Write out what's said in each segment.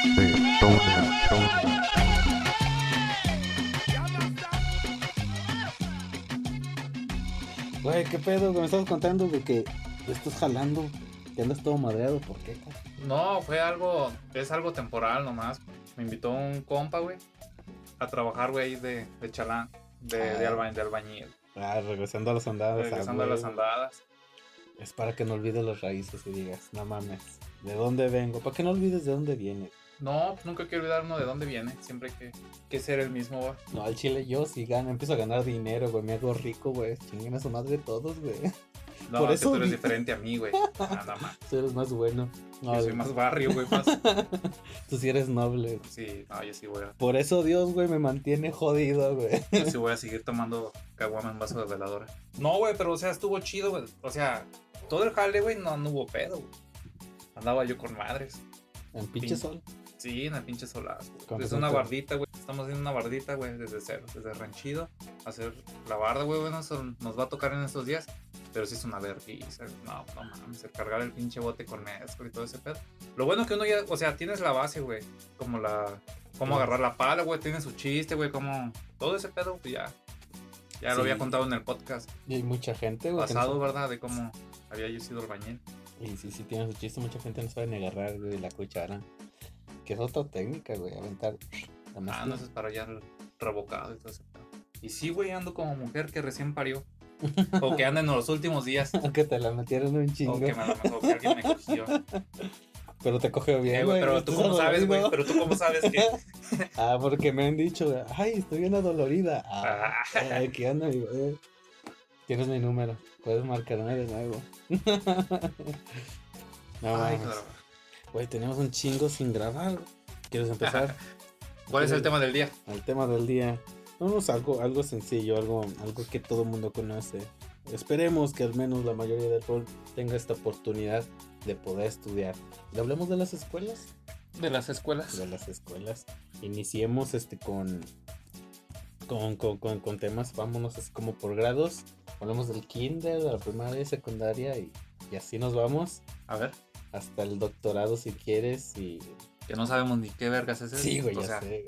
de Donald Trump. Güey, ¿qué pedo? Me estás contando de que te estás jalando, que andas todo madreado, ¿por qué? No, fue algo, es algo temporal nomás. Me invitó un compa, güey, a trabajar, güey, ahí de, de chalán, de, de, alba- de albañil, Ah, regresando a las andadas. regresando a güey. las andadas. Es para que no olvides las raíces y digas, no mames, ¿de dónde vengo? Para que no olvides de dónde vienes. No, pues nunca hay que olvidar uno de dónde viene, siempre hay que, que ser el mismo, güey. No, al chile yo sí gano, empiezo a ganar dinero, güey, me hago rico, güey. Chinguen a su madre todos, güey. No, Por es eso que tú eres di- diferente a mí, güey. Nada más. Tú eres más bueno. No, Yo soy güey, más barrio, güey. Más... Tú sí eres noble. Sí, no, yo sí voy a, Por eso Dios, güey, me mantiene jodido, güey. yo sí voy a seguir tomando caguama en vaso de veladora. No, güey, pero o sea, estuvo chido, güey. O sea, todo el jale, güey, no, no hubo pedo, güey. Andaba yo con madres. En pinche sol. Sí, en el pinche solazo. güey. Con Desde una razón. bardita, güey. Estamos haciendo una bardita, güey, desde cero, desde ranchido. Hacer la barda, güey, bueno, eso nos va a tocar en estos días. Pero sí es una vergüenza. güey. No, no mames, el cargar el pinche bote con mezcla y todo ese pedo. Lo bueno que uno ya, o sea, tienes la base, güey. Como la. Claro. Cómo agarrar la pala, güey. Tienes su chiste, güey. Como. Todo ese pedo, pues ya. Ya Sí. lo había contado en el podcast Y hay mucha gente, güey. que no pasado, ¿verdad? De cómo había yo sido albañil. Y sí, sí tiene su chiste, mucha gente no sabe ni agarrar güey, la cuchara. Que es otra técnica, güey, aventar. la Ah, mezcla. no, eso es para ya el revocado y todo ese pedo. Y sí, güey, ando como mujer que recién parió. O que anda en los últimos días. Aunque te la metieron un chingo. O que, me, o que alguien me cogió. Pero te cogió bien, Eh, güey, güey. pero estás tú cómo sabes, güey. adolorido. Pero tú cómo sabes que. Ah, porque me han dicho, güey, ay, estoy bien adolorida. Ah, Ah, ay, ¿qué onda, güey? Eh, Tienes mi número, puedes marcarme de nuevo. no, ay, mames. claro. Güey, tenemos un chingo sin grabar. ¿Quieres empezar? ¿Cuál es el tema del día? al tema del día. Vamos a algo, algo sencillo, algo, algo que todo mundo conoce. Esperemos que al menos la mayoría del pueblo tenga esta oportunidad de poder estudiar. ¿Le hablamos de las escuelas? De las escuelas. De las escuelas. Iniciemos este con, con, con, con- con temas, vámonos así como por grados. Hablamos del kinder, de la primaria, secundaria y, y así nos vamos A ver, hasta el doctorado si quieres y... que no sabemos ni qué vergas es eso. Sí, güey, O ya sea, sé.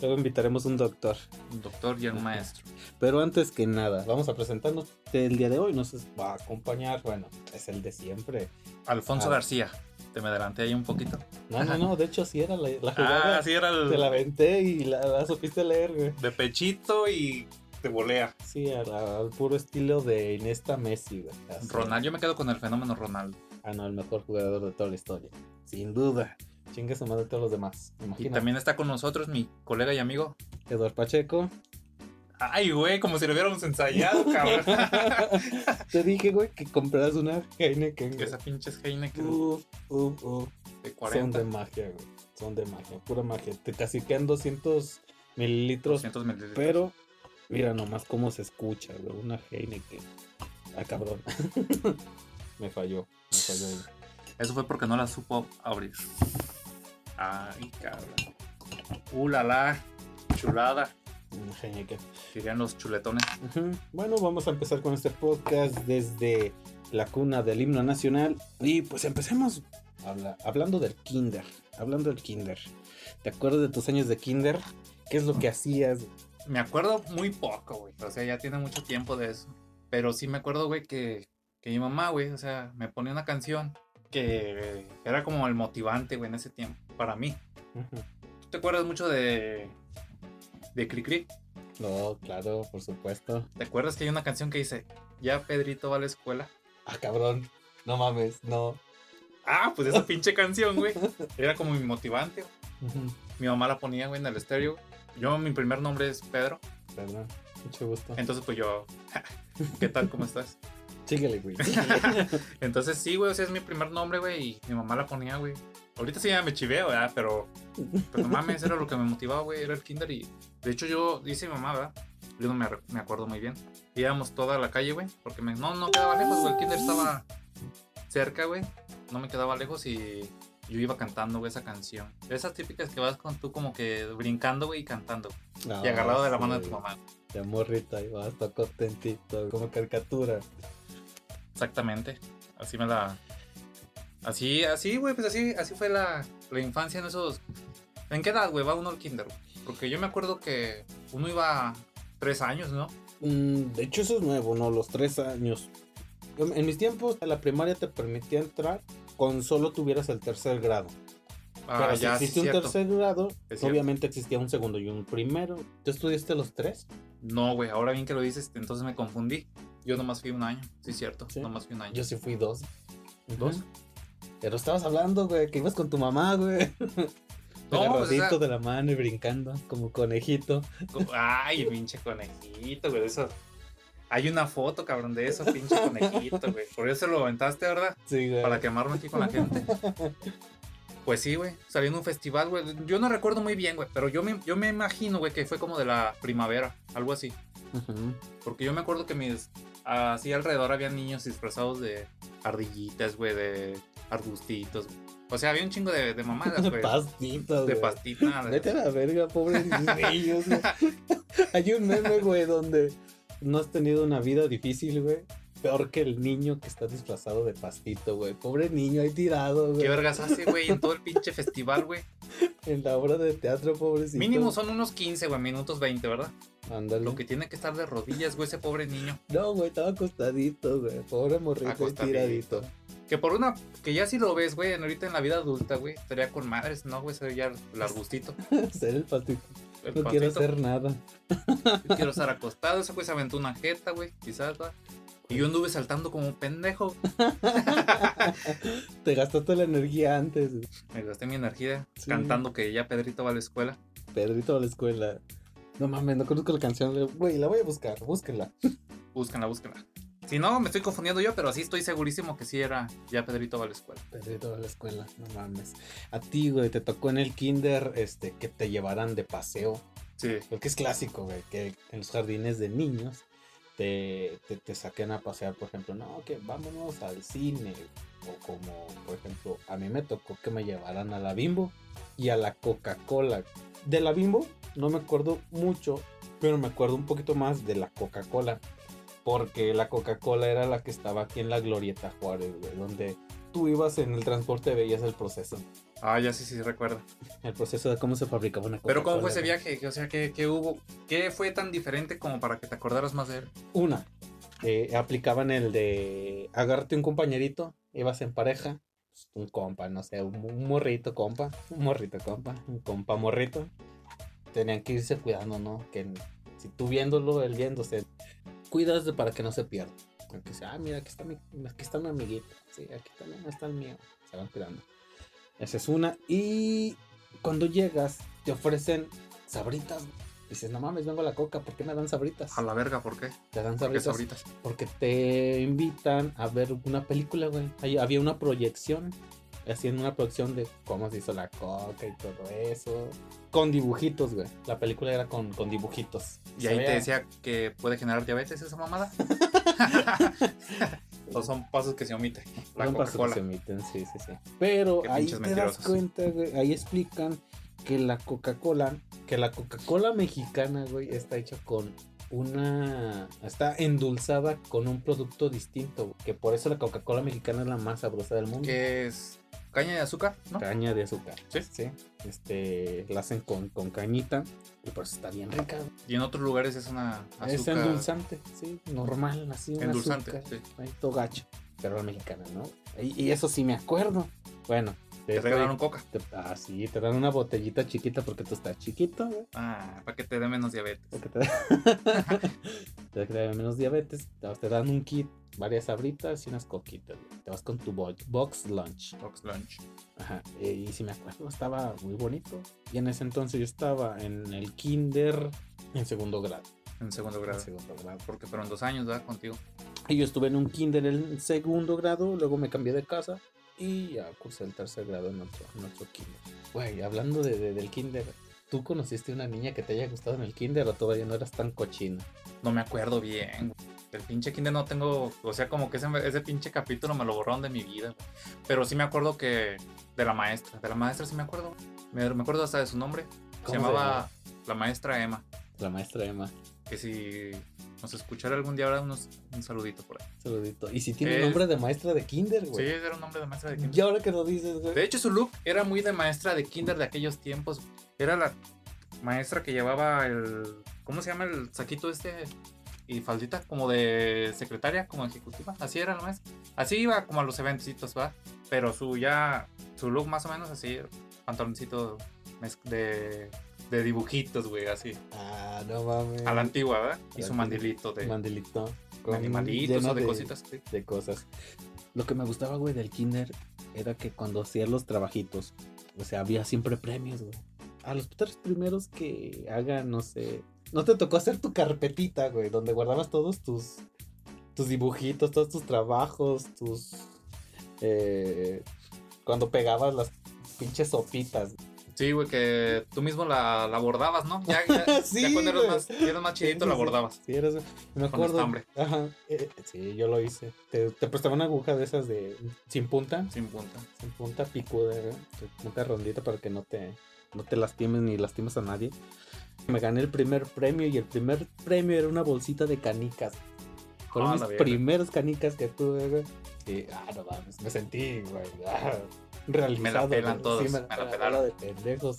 Luego invitaremos un doctor. un doctor y un Ajá. maestro. Pero antes que nada, vamos a presentarnos el día de hoy. Nos va a acompañar, bueno, es el de siempre. Alfonso Ah. García. Te me adelanté ahí un poquito. No, no, no, de hecho sí era la, la jugada. Ah, sí, era Te la el. aventé y la, la supiste leer, güey. De pechito y te volea. Sí, a la- al puro estilo de Inesta Messi, güey. Así. Ronald, yo me quedo con el fenómeno Ronald. Ah, no, el mejor jugador de toda la historia. Sin duda. Chingue su madre todos los demás. Y Imagínate. también está con nosotros mi colega y amigo. Eduardo Pacheco. Ay, güey, como si lo hubiéramos ensayado, cabrón. Te dije, güey, que comprarás una Heineken. güey. Esa pinches Heineken Uf, uf, uf. de Son 40, de magia, güey. Son de magia, pura magia. Te caciquean 200 mililitros, 200 mililitros. pero mira nomás cómo se escucha, güey. Una Heineken. Ah, cabrón. me falló, me falló. ahí. Eso fue porque no la supo abrir. Ay, cabrón. Uh, la, la. Chulada. Una Heineken. Dirían los chuletones. Ujú. Bueno, vamos a empezar con este podcast desde la cuna del himno nacional. Y pues empecemos habla- hablando del kinder. Hablando del kinder. ¿Te acuerdas de tus años de kinder? ¿Qué es lo que hacías? Me acuerdo muy poco, güey. O sea, ya tiene mucho tiempo de eso. Pero sí me acuerdo, güey, que, que mi mamá, güey, o sea, me ponía una canción que era como el motivante, güey, en ese tiempo. Para mí. Ujú. ¿Tú te acuerdas mucho de. de Cricri? No, claro, por supuesto. ¿Te acuerdas que hay una canción que dice, ya Pedrito va a la escuela? Ah, cabrón. No mames, no. Ah, pues esa pinche canción, güey. Era como mi motivante. güey. Mi mamá la ponía, güey, en el estéreo. güey. Yo, mi primer nombre es Pedro. Perdón. Mucho gusto. Entonces, pues yo, ¿qué tal? ¿Cómo estás? Chíguele, güey. síguele. Entonces, sí, güey, o sea, es mi primer nombre, güey, y mi mamá la ponía, güey. Ahorita sí ya me chiveo, ¿verdad? Pero, pero no mames, era lo que me motivaba, güey, era el kinder. Y de hecho, yo, dice mi mamá, ¿verdad? Yo no me, re- me acuerdo muy bien. Íbamos toda la calle, güey, porque me, no, no quedaba lejos, güey, el kinder estaba cerca, güey. No me quedaba lejos y yo iba cantando, güey, esa canción. Esas típicas que vas con tú como que brincando, güey, y cantando. No, y agarrado de la mano de Ah, sí. tu mamá. De morrita, ahí va, está contentito, como caricatura. Exactamente. Así me la, Así, así, güey, pues así, así fue la, la infancia en esos. ¿En qué edad, güey? Va uno al kinder, güey? Porque yo me acuerdo que uno iba tres años, ¿no? Mm, de hecho, eso es nuevo, ¿no? Los tres años. En en mis tiempos, a la primaria te permitía entrar con solo tuvieras el tercer grado. Ah, Pero si ya, sí, existe un cierto. tercer grado, Es cierto. obviamente existía un segundo y un primero. ¿Tú estudiaste los tres? No, güey, ahora bien que lo dices, entonces me confundí. Yo nomás fui un año, sí, cierto, Sí. nomás fui un año. Yo sí fui dos. ¿Dos? Ujú. Pero estabas hablando, güey, que ibas con tu mamá, güey. No, No, pues, o sea- de la mano y brincando como conejito. Co- Ay, el pinche conejito, güey, eso. Hay una foto, cabrón, de eso, pinche conejito, güey. Por eso lo aventaste, ¿verdad? Sí, güey. Para quemarme aquí con la gente. Pues sí, güey, salí en un festival, güey. Yo no recuerdo muy bien, güey, pero yo me, yo me imagino, güey, que fue como de la primavera, algo así. Ujú. Porque yo me acuerdo que mis. Así alrededor había niños disfrazados de ardillitas, güey, de arbustitos. güey. O sea, había un chingo de, de mamadas, güey. Pastitos, pues, De güey. pastita. de- Vete a la verga, pobres niños. güey. Hay un meme, güey, donde no has tenido una vida difícil, güey. Peor que el niño que está disfrazado de pastito, güey. Pobre niño ahí tirado, ¿Qué güey. vergas hace, güey? En todo el pinche festival, güey. En la obra de teatro, pobrecito. Mínimo son unos 15, güey, minutos 20, ¿verdad? Ándale. Lo que tiene que estar de rodillas, güey, ese pobre niño. No, güey, estaba acostadito, güey. Pobre morrito ahí Acostadito. tiradito. Que por una. Que ya si lo ves, güey, en- ahorita en la vida adulta, güey, estaría con madres, ¿no, güey? Sería el arbustito. Ser el pastito. el No Pues, quiero pastito. hacer nada. Yo quiero estar acostado. Ese güey se aventó una jeta, güey, quizás, ¿va? Y yo anduve saltando como un pendejo. Te gastaste la energía antes, güey. Me gasté mi energía Sí. cantando que ya Pedrito va a la escuela. Pedrito a la escuela. No mames, no conozco la canción. Güey, la voy a buscar, búsquenla. Búsquenla, búsquenla. Si no, me estoy confundiendo yo, pero sí estoy segurísimo que sí era ya Pedrito va a la escuela. Pedrito a la escuela, no mames. A ti, güey, te tocó en el kinder este, que te llevaran de paseo. Sí. Lo que es clásico, güey, que en los jardines de niños te, te, te saquen a pasear, por ejemplo, no, que vámonos al cine. O como, por ejemplo, a mí me tocó que me llevaran a la Bimbo y a la Coca-Cola. De la Bimbo no me acuerdo mucho, pero me acuerdo un poquito más de la Coca-Cola. Porque la Coca-Cola era la que estaba aquí en la Glorieta Juárez, güey, donde tú ibas en el transporte, veías el proceso. Ah, ya sí, sí, recuerda. El proceso de cómo se fabricaba una Coca-Cola. Pero ¿cómo fue ese güey. viaje? O sea, ¿qué, qué hubo? ¿Qué fue tan diferente como para que te acordaras más de él? Una, eh, aplicaban el de agarte un compañerito, ibas en pareja, pues, un compa, no sé, un, un morrito compa, un morrito compa, un compa morrito. Tenían que irse cuidando, ¿no? Que si tú viéndolo, él viéndose, cuidas de para que no se pierda. Aunque sea, ah, mira, aquí está mi, aquí está mi amiguito, sí, aquí también está el mío, se van cuidando. Esa es una. Y cuando llegas, te ofrecen sabritas. Dices, no mames, vengo a la coca, ¿por qué me dan sabritas? A la verga, ¿por qué? Te dan ¿Por qué sabritas sabritas? porque te invitan a ver una película, güey. Ahí había una proyección, haciendo una producción de cómo se hizo la coca y todo eso. Con dibujitos, güey. La película era con, con dibujitos. Y Se ahí te veía- decía que puede generar diabetes esa mamada. o son pasos que se omiten. La Son pasos que se Coca-Cola. omiten, sí, sí, sí. Pero Qué ahí pinches te das mentirosos. cuenta, güey. Ahí explican que la Coca-Cola, que la Coca-Cola mexicana, güey, está hecha con una. Está endulzada con un producto distinto, güey, Que por eso la Coca-Cola mexicana es la más sabrosa del mundo. Que es caña de azúcar, ¿no? caña de azúcar. Sí. Este, la hacen con, con cañita y pues está bien rica. güey. Y en otros lugares es una Es azúcar. endulzante, sí, normal, así un Endulzante, azúcar. sí. Ahí todo gacho, pero la mexicana, ¿no? Y, y eso sí me acuerdo. Bueno, Te regalaron coca. te- ah, sí, te dan una botellita chiquita porque tú estás chiquito, güey. Ah, para que te dé menos diabetes. Porque te, te da menos diabetes, te te dan un kit, varias sabritas y unas coquitas. güey. Te vas con tu bo- box lunch. Box lunch. Ajá, eh, y si me acuerdo, estaba muy bonito. Y en ese entonces yo estaba en el kinder en segundo grado. En segundo en grado. segundo grado. Porque fueron dos años, ¿verdad? Contigo. Y yo estuve en un kinder en segundo grado, luego me cambié de casa y ya cursé el tercer grado en otro, en otro kinder. Güey, hablando de, de- del kinder, ¿tú conociste una niña que te haya gustado en el kinder o todavía no eras tan cochina? No me acuerdo bien. güey. El pinche kinder no tengo. O sea, como que ese, ese pinche capítulo me lo borraron de mi vida. güey. Pero sí me acuerdo que. De la maestra. De la maestra sí me acuerdo. Me, me acuerdo hasta de su nombre. Se ¿Cómo llamaba la maestra Emma. la maestra Emma. Que si nos escuchara algún día, ahora unos- un saludito por ahí. Saludito. Y si tiene Eh, nombre de maestra de kinder, Sí, güey. era un nombre de maestra de kinder. Y ahora que lo dices, güey. De hecho, su look era muy de maestra de kinder de aquellos tiempos. Era la maestra que llevaba el. ¿Cómo se llama el saquito este? Y faldita como de secretaria, como ejecutiva. Así era la maestra. Así iba como a los eventitos, ¿va? Pero su ya. Su look más o menos así. Pantaloncito mez- de, de dibujitos, güey, así. Ah, no mames. A la antigua, ¿verdad? Y su Al- mandilito de, de Mandilito. animalitos lleno o de, cositas. sí. de cosas. Lo que me gustaba, güey, del kinder era que cuando hacías los trabajitos, o sea, había siempre premios, güey. A los tres primeros que hagan, no sé. No te tocó hacer tu carpetita, güey, donde guardabas todos tus, tus dibujitos, todos tus trabajos, tus. eh, cuando pegabas las pinches sopitas. Sí, güey, que tú mismo la, la bordabas, ¿no? Ya, ya, Sí, ya cuando eras güey. más, ya eras más chidito la bordabas. Sí, eras- me Con acuerdo. estambre. Ajá, eh, sí, yo lo hice. Te, te prestaba una aguja de esas de sin punta, Sin punta. sin punta picuda, ¿eh? Tu punta rondita para que no te, no te lastimes ni lastimes a nadie. Me gané el primer premio y el primer premio era una bolsita de canicas. Fueron Ah, mis la verga. primeras canicas que tuve, güey. Y, ah, no mames, me sentí, güey, ah, realizado. pelan güey. todos, Sí, me, me la la pelaron. pelaron de pendejos.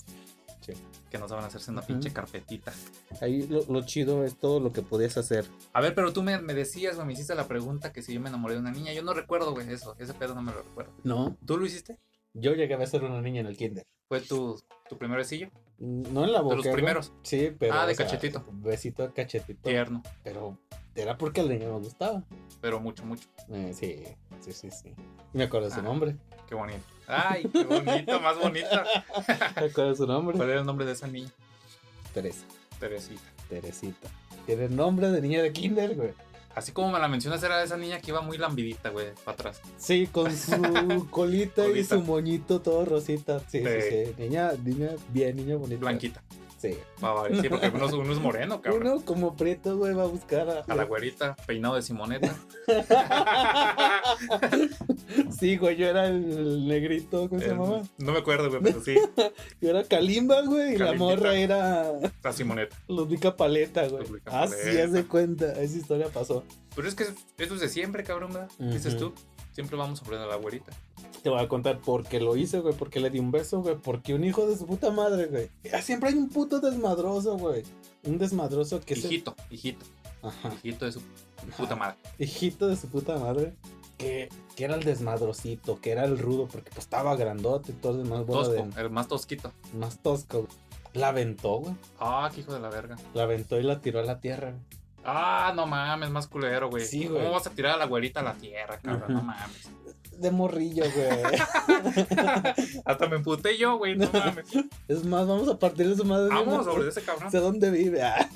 Que no saben hacerse una Ujú. pinche carpetita. Ahí lo, lo chido es todo lo que podías hacer. A ver, pero tú me, me decías, güey, me hiciste la pregunta que si yo me enamoré de una niña. Yo no recuerdo, güey, eso. Ese pedo no me lo recuerdo. No, ¿Tú lo hiciste? yo llegué a ser una niña en el kinder. ¿Fue tu, tu primer besillo? No en la boca. los güey. primeros. Sí, pero. Ah, de o sea, cachetito. Besito de cachetito. Tierno, Pero era porque al niño me gustaba. pero mucho, mucho. Eh, sí, sí, sí, sí. Y me acuerdo de su Ah. nombre. Qué bonito. Ay, qué bonito, más bonita. Me acuerdo de su nombre. ¿Cuál era el nombre de esa niña? Teresa. Teresita. Teresita. Tiene nombre de niña de kinder, güey. Así como me la mencionas, era esa niña que iba muy lambidita, güey, para atrás. Sí, con su colita y Colita. su moñito todo rosita. Sí, sí, Sí. sí. Niña, niña, bien, niña bonita. Blanquita. Sí. Va, va, sí, porque uno es, uno es moreno, cabrón. Uno como preto, güey, va a buscar a. A la güerita, peinado de Simoneta. sí, güey, yo era el negrito, ¿cómo se Eh, llamaba? no me acuerdo, güey, pero sí, Yo era Kalimba, güey, y la Kalimbita. morra era la Simoneta. Ludvica Paleta, güey. Ludvica Así Paleta. es de cuenta, esa historia pasó. Pero es que eso es de siempre, cabrón, ¿verdad? ¿Qué Dices Ujú. tú, siempre vamos a poner a la güerita. Te voy a contar por qué lo hice, güey, porque le di un beso, güey, porque un hijo de su puta madre, güey. Ah, Siempre hay un puto desmadroso, güey. Un desmadroso que se... Hijito, hijito, Ajá. hijito de su puta madre. hijito de su puta madre, que, que era el desmadrosito, que era el rudo, porque pues estaba grandote, todo el más bola Tosco, de, el más tosquito. más tosco. güey. La aventó, güey. Ah, qué hijo de la verga. La aventó y la tiró a la tierra. güey. Ah, no mames, más culero, güey. Sí, güey. ¿Cómo vas a tirar a la güerita a la tierra, cabrón? Ujú. No mames. De morrillo, güey. Hasta me emputé yo, güey, no mames. es más, vamos a partirle su madre. Vamos ¿no? sobre ese cabrón. sé dónde vive. ah.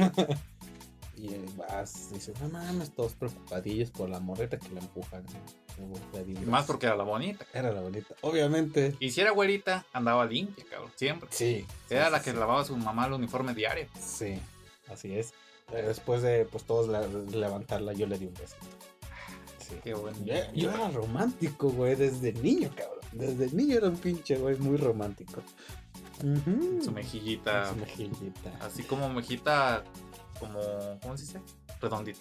Y él vas, dices, no mames, todos preocupadillos por la morreta que la empujan. ¿no? Luego la Y vibras. más porque era la bonita. Era la abuelita, obviamente. Y si era güerita, andaba limpia, cabrón, siempre. Sí. Era sí, la sí, que sí. lavaba a su mamá el uniforme diario. Sí, así es. Eh, Después de pues todos la- levantarla, yo le di un beso. Sí. Qué bueno. Yo, yo era romántico, güey, desde niño, cabrón. Desde niño era un pinche, güey, muy romántico. Ujú. Su mejillita. Su mejillita. Así como mejita, como, ¿cómo se dice? Redondita.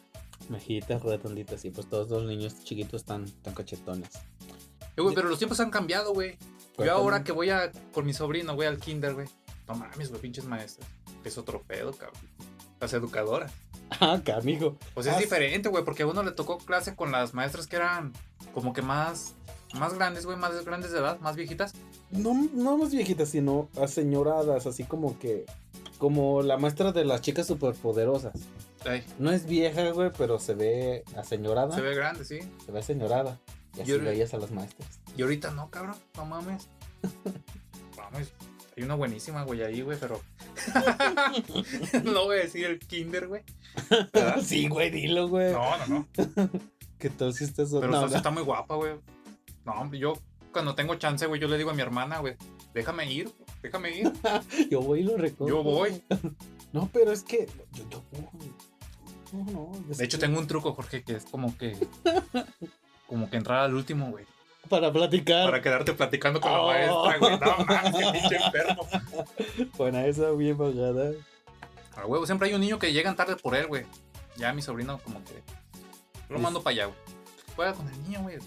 Mejitas redonditas, y pues todos los niños chiquitos están tan cachetones. Eh, güey, pero los tiempos han cambiado, güey. Yo ahora que voy a, con mi sobrino, güey, al kinder, güey. No mames, güey, pinches maestras. Es otro pedo, cabrón. Las educadoras. Ah, que amigo. Pues es Ah, sí. diferente, güey, porque a uno le tocó clase con las maestras que eran como que más, más grandes, güey, más grandes de edad, más viejitas. No, no más viejitas, sino aseñoradas, así como que. Como la maestra de las chicas superpoderosas. Ay, No es vieja, güey, pero se ve aseñorada. se ve grande, sí. Se ve aseñorada. Y así Yo- veías a las maestras. Y ahorita no, cabrón, no mames. Mames, hay una buenísima, güey, ahí, güey, pero. no voy a decir el Kinder, güey. ¿Verdad? sí, güey, dilo, güey. No, no, no. Que tal si estás. Pero Pues no, esa está muy guapa, güey. No, hombre, yo cuando tengo chance, güey, yo le digo a mi hermana, güey, déjame ir, güey, déjame ir. no, yo voy y lo recojo. Yo voy. No, pero es que. Yo, yo- no, no, yo De hecho, estoy- tengo un truco, Jorge, que es como que. Como que entrar al último, güey. Para platicar. Para quedarte platicando con Ah. Oh. la maestra, güey. No mames, qué pinche enfermo. Bueno, esa bien bajada. A huevo, siempre hay un niño que llegan tarde por él, güey. Ya mi sobrino como que lo Es- mando para allá, güey. Juega con el niño, güey.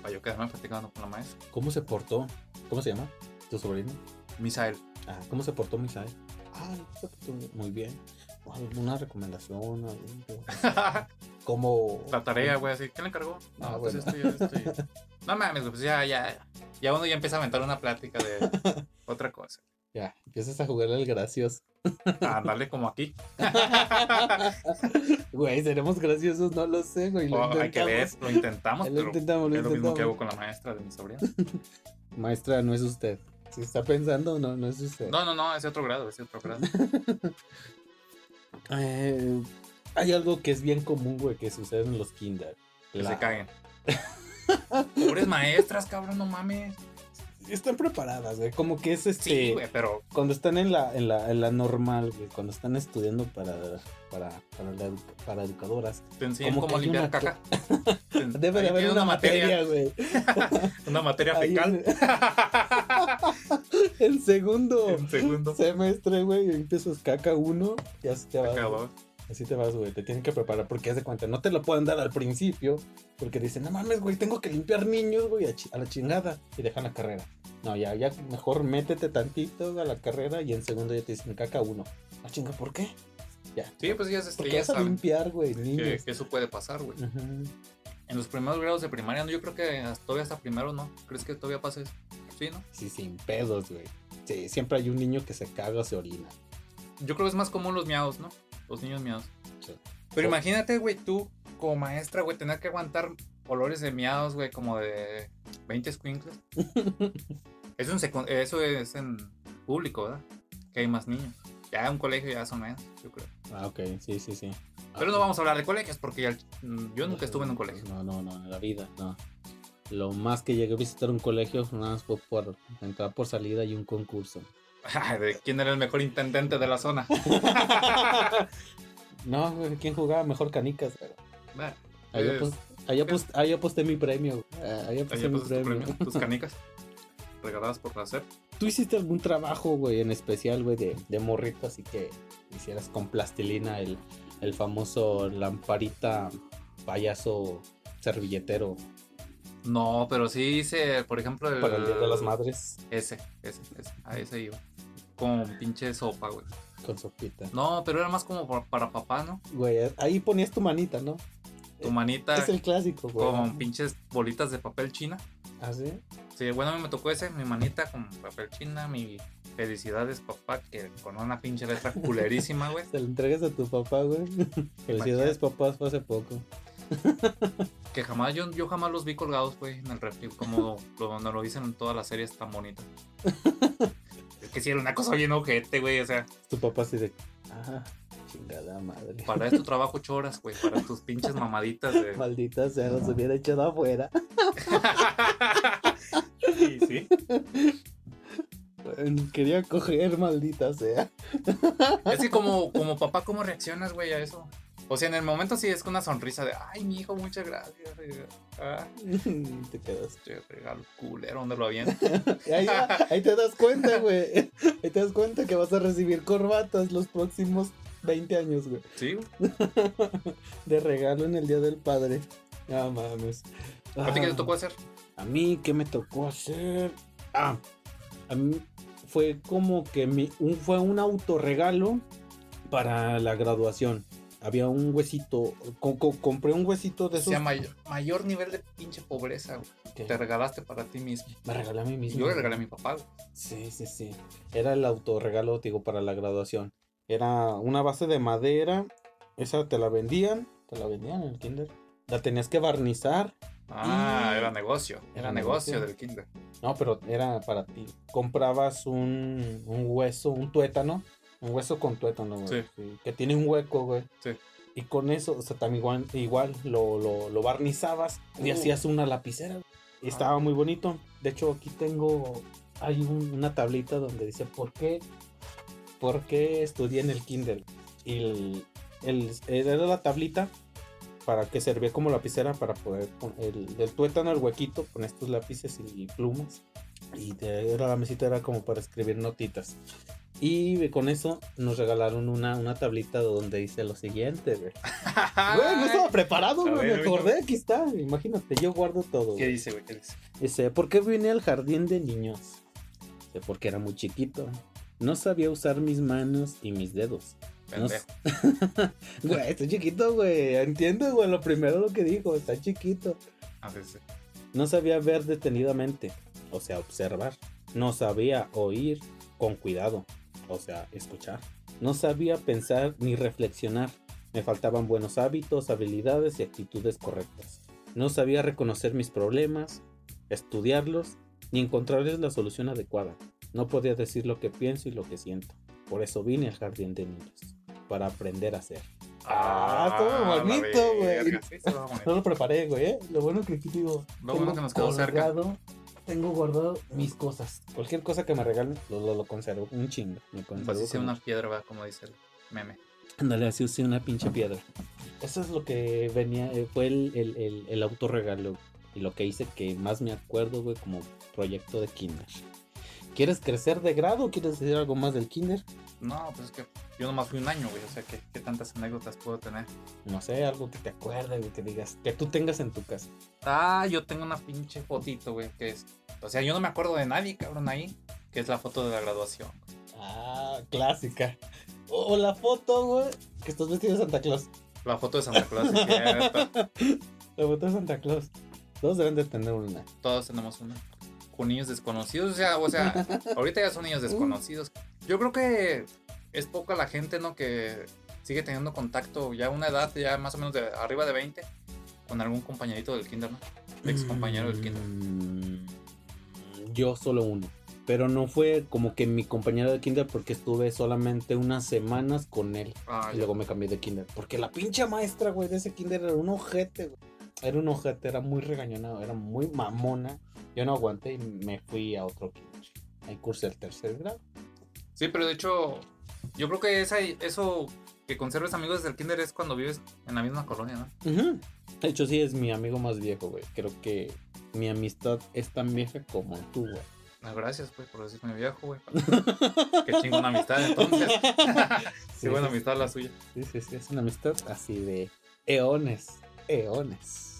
Para yo quedarme platicando con la maestra. ¿Cómo se portó? ¿Cómo se llama? ¿Tu sobrino? Misael. Ah, ¿cómo se portó Misael? Ah, se portó muy bien. ¿Alguna recomendación? algo? ¿Cómo? la tarea, güey, así. ¿Qué le encargó? No, Ah, pues bueno. esto, ya, esto. y- No mames, güey, pues ya, ya. Ya uno ya empieza a aventar una plática de otra cosa. Ya, empiezas a jugarle al gracioso. A andarle como aquí. Güey, seremos graciosos, no lo sé, güey. Lo O Oh, hay que ver, intentamos. lo intentamos, Lo pero intentamos, lo es lo mismo intentamos. que hago con la maestra de mi sobrino. Maestra, no es usted. Si está pensando, no, no es usted. No, no, no, es de otro grado, es de otro grado. Eh, hay algo que es bien común, güey, que sucede en los kinder. Que La- se caguen. Pobres maestras, cabrón, no mames. Están preparadas, güey. Como que es este. Sí, güey, pero cuando están en la, en la, en la normal, güey, cuando están estudiando para, para, para, la edu- para educadoras, te enseñan Como cómo que hay limpiar una caca. debe de Ahí haber tiene una materia, güey. Una materia Ahí fecal. En segundo En segundo. semestre, güey, y empiezas caca uno y así te vas. Caca güey. dos. Así te vas, güey. Te tienen que preparar porque haz de cuenta, no te lo pueden dar al principio porque dicen, no mames, güey, tengo que limpiar niños, güey, a, chi- a la chingada y dejan la carrera. No, ya, ya, mejor métete tantito a la carrera y en segundo ya te dicen caca uno. Ah, chinga, ¿por qué? Sí, pues ya, es- Porque ya vas a saben limpiar, güey, niños. que, que eso puede pasar, güey. Ujú. En los primeros grados de primaria, no, yo creo que hasta- todavía hasta primero, ¿no? ¿Crees que todavía pasa eso? Sí, ¿no? Sí, sin pedos, güey. Sí, siempre hay un niño que se caga o se orina. Yo creo que es más común los miados, ¿no? Los niños miados. Sí. Pero imagínate, güey, tú como maestra, güey, tener que aguantar olores de miados, güey, como de 20 squinkles. eso, en secu- eso es en público, ¿verdad? Que hay más niños. Ya en un colegio ya son menos, yo creo. Ah, ok, sí, sí, sí. Pero Ah. no vamos a hablar de colegios porque ya- mm, yo No, nunca estuve en un colegio. No, no, no, en la vida, no. Lo más que llegué a visitar un colegio nada más fue por entrar por salida y un concurso. ¿De quién era el mejor intendente de la zona? No, güey, ¿quién jugaba mejor canicas? Nah, Ahí, Eh, apos- ahí apos- ahí aposté mi premio. güey. Ahí ahí aposté ya mi pusiste tu premio. premio, tus canicas regaladas por placer. ¿Tú hiciste algún trabajo, güey, en especial, güey, de, de morrito, así que hicieras con plastilina el, el famoso lamparita payaso servilletero No, pero sí hice, por ejemplo, el, para el Día de Eh, las Madres Ese, ese, ese. A ese iba. Con pinche sopa, güey. con sopita? No, pero era más como pa- para papá, ¿no? Güey, ahí ponías tu manita, ¿no? Tu manita Es el clásico, güey. con pinches bolitas de papel china. ¿Ah, sí? Sí, bueno, a mí me tocó ese, mi manita con papel china, mi felicidades, papá, que con una pinche letra culerísima, güey. Se lo entregas a tu papá, güey. Felicidades, papás, fue hace poco. Que jamás, yo, yo jamás los vi colgados, güey, en el refri, como lo, nos lo dicen en todas las series tan bonitas. Es que sí, era una cosa bien ojete, güey, o sea, Tu papá así de... Ah, chingada madre. para esto trabajo ocho horas, güey, para tus pinches mamaditas de... Maldita sea, los hubiera echado afuera. sí, sí. Quería coger, maldita sea. Es que como, como papá, ¿cómo reaccionas, güey, a eso? O sea, en el momento sí es con una sonrisa de, ay, mi hijo, muchas gracias. eh, Ah, Te quedas. che, regalo culero, ¿dónde lo habían? Ahí, ahí te das cuenta, güey. Ahí te das cuenta que vas a recibir corbatas los próximos 20 años, güey. Sí, güey. De regalo en el Día del Padre. Ah, mames. ¿a ti qué te Ah. tocó hacer? A mí, ¿qué me tocó hacer? Ah, a mí fue como que mi, un, fue un autorregalo para la graduación. Había un huesito, co- co- compré un huesito de O esos. sea, mayor, mayor nivel de pinche pobreza, güey. que Te regalaste para ti mismo. Me regalé a mí mismo. Yo le regalé a mi papá, güey. Sí, sí, sí. Era el autorregalo, te digo, para la graduación. Era una base de madera. Esa te la vendían. Te la vendían en el kinder. La tenías que barnizar. Ah, Y- era negocio. Era Era negocio negocio. del kinder. No, pero era para ti. Comprabas un, un hueso, un tuétano. Un hueso con tuétano, güey. Sí. sí, que tiene un hueco, güey. Sí. Y con eso, o sea, también igual, igual lo, lo, lo barnizabas y Uh. hacías una lapicera. güey. Y estaba muy bonito. De hecho, aquí tengo. Hay un- una tablita donde dice por qué. ¿Por qué estudié en el kinder? Y el, el- era la tablita para que servía como lapicera para poder pon- el del tuétano al huequito con estos lápices y plumas y de- era la mesita era como para escribir notitas Y con eso nos regalaron una, una tablita donde dice lo siguiente, güey. Ah, Güey, no estaba Ay, preparado, A güey. Me ver, ahorita- acordé, aquí está. Imagínate, yo guardo todo. ¿Qué güey. dice, güey? ¿Qué dice? Dice, ¿por qué vine al jardín de niños? Dice, porque era muy chiquito. No sabía usar mis manos y mis dedos. No Pendejo. s- Güey, está chiquito, güey. Entiendo, güey, lo primero lo que dijo. Está chiquito. Ah, sí, sí. No sabía ver detenidamente, o sea, observar. No sabía oír con cuidado, o sea, escuchar. No sabía pensar ni reflexionar. Me faltaban buenos hábitos, habilidades y actitudes correctas. No sabía reconocer mis problemas, estudiarlos, ni encontrarles la solución adecuada. No podía decir lo que pienso y lo que siento. Por eso vine al jardín de niños, para aprender a ser. Ah, estaba la bonito, güey. verga, Sí, estaba bonito. lo preparé, güey. ¿eh? Lo bueno que aquí digo. Lo bueno que nos quedó cerca. guardado- Tengo guardado mis cosas. Cualquier cosa que me regalen, lo, lo, lo conservo. Un chingo. Me Pues conservo. hice con- una piedra, va, como dice el meme. Ándale, así usé una pinche piedra. Eso es lo que venía, eh, fue el, el, el, el autorregalo. Y lo que hice que más me acuerdo, güey, como proyecto de kinder. ¿Quieres crecer de grado o quieres decir algo más del kinder? No, pues es que yo nomás fui un año, güey. O sea, ¿qué, qué tantas anécdotas puedo tener? No sé, algo que te acuerdes, güey, que digas, que tú tengas en tu casa. Ah, yo tengo una pinche fotito, güey, que es... O sea, yo no me acuerdo de nadie, cabrón, ahí. Que es la foto de la graduación. Ah, clásica. O, o la foto, güey, que estás vestido de Santa Claus. La foto de eh, Santa Claus, es cierto. La foto de Santa Claus. Todos deben de tener una. Todos tenemos una. Con niños desconocidos, o sea, o sea, ahorita ya son niños desconocidos. Yo creo que es poca la gente, ¿no? Que sigue teniendo contacto ya a una edad, ya más o menos de arriba de 20, con algún compañerito del kinder, ¿no? Ex compañero del kinder. Mm, Yo solo uno. Pero no fue como que mi compañero de kinder porque estuve solamente unas semanas con él. Ah, Y luego me cambié de kinder. Porque la pinche maestra, güey, de ese kinder era un ojete, güey. Era un ojete, era muy regañonado, era muy mamona. Yo no aguanté y me fui a otro kinder. Ahí cursé el tercer grado. Sí, pero de hecho, yo creo que esa, eso que conserves amigos desde el kinder es cuando vives en la misma colonia, ¿no? Ujú. De hecho, sí es mi amigo más viejo, güey. Creo que mi amistad es tan vieja como tú, güey. No, gracias, pues, por decirme viejo, güey. Qué chingona amistad, entonces. Sí, Qué buena sí, amistad la suya. Sí, sí, sí, es una amistad así de eones, eones.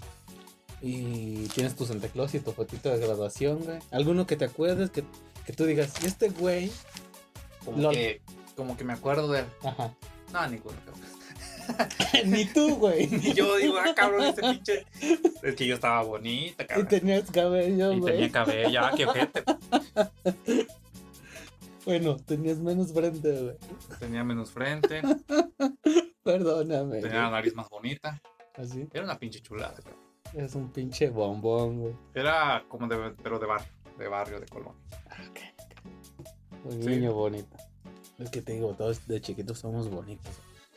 Y tienes tu Santa Claus y tu fotito de graduación, güey. Alguno que te acuerdes que, que tú digas, "Y este güey. Como Lo- que, como que me acuerdo de él. Ajá. No, ninguno. cabrón. Ni tú, güey. Y yo digo, ah, cabrón, ese pinche. Este Es que yo estaba bonita, Y cabrón. tenías cabello, Y güey. tenía cabello, ah, qué ojete. Bueno, tenías menos frente, güey. pues, Tenía menos frente, Perdóname. tenía la nariz más bonita. güey. Así. Era una pinche chulada, cabrón. Es un pinche bombón, güey. Era como de, pero de barrio, de barrio, de colonia. Un Sí. niño bonito. Es que te digo, todos de chiquitos somos bonitos.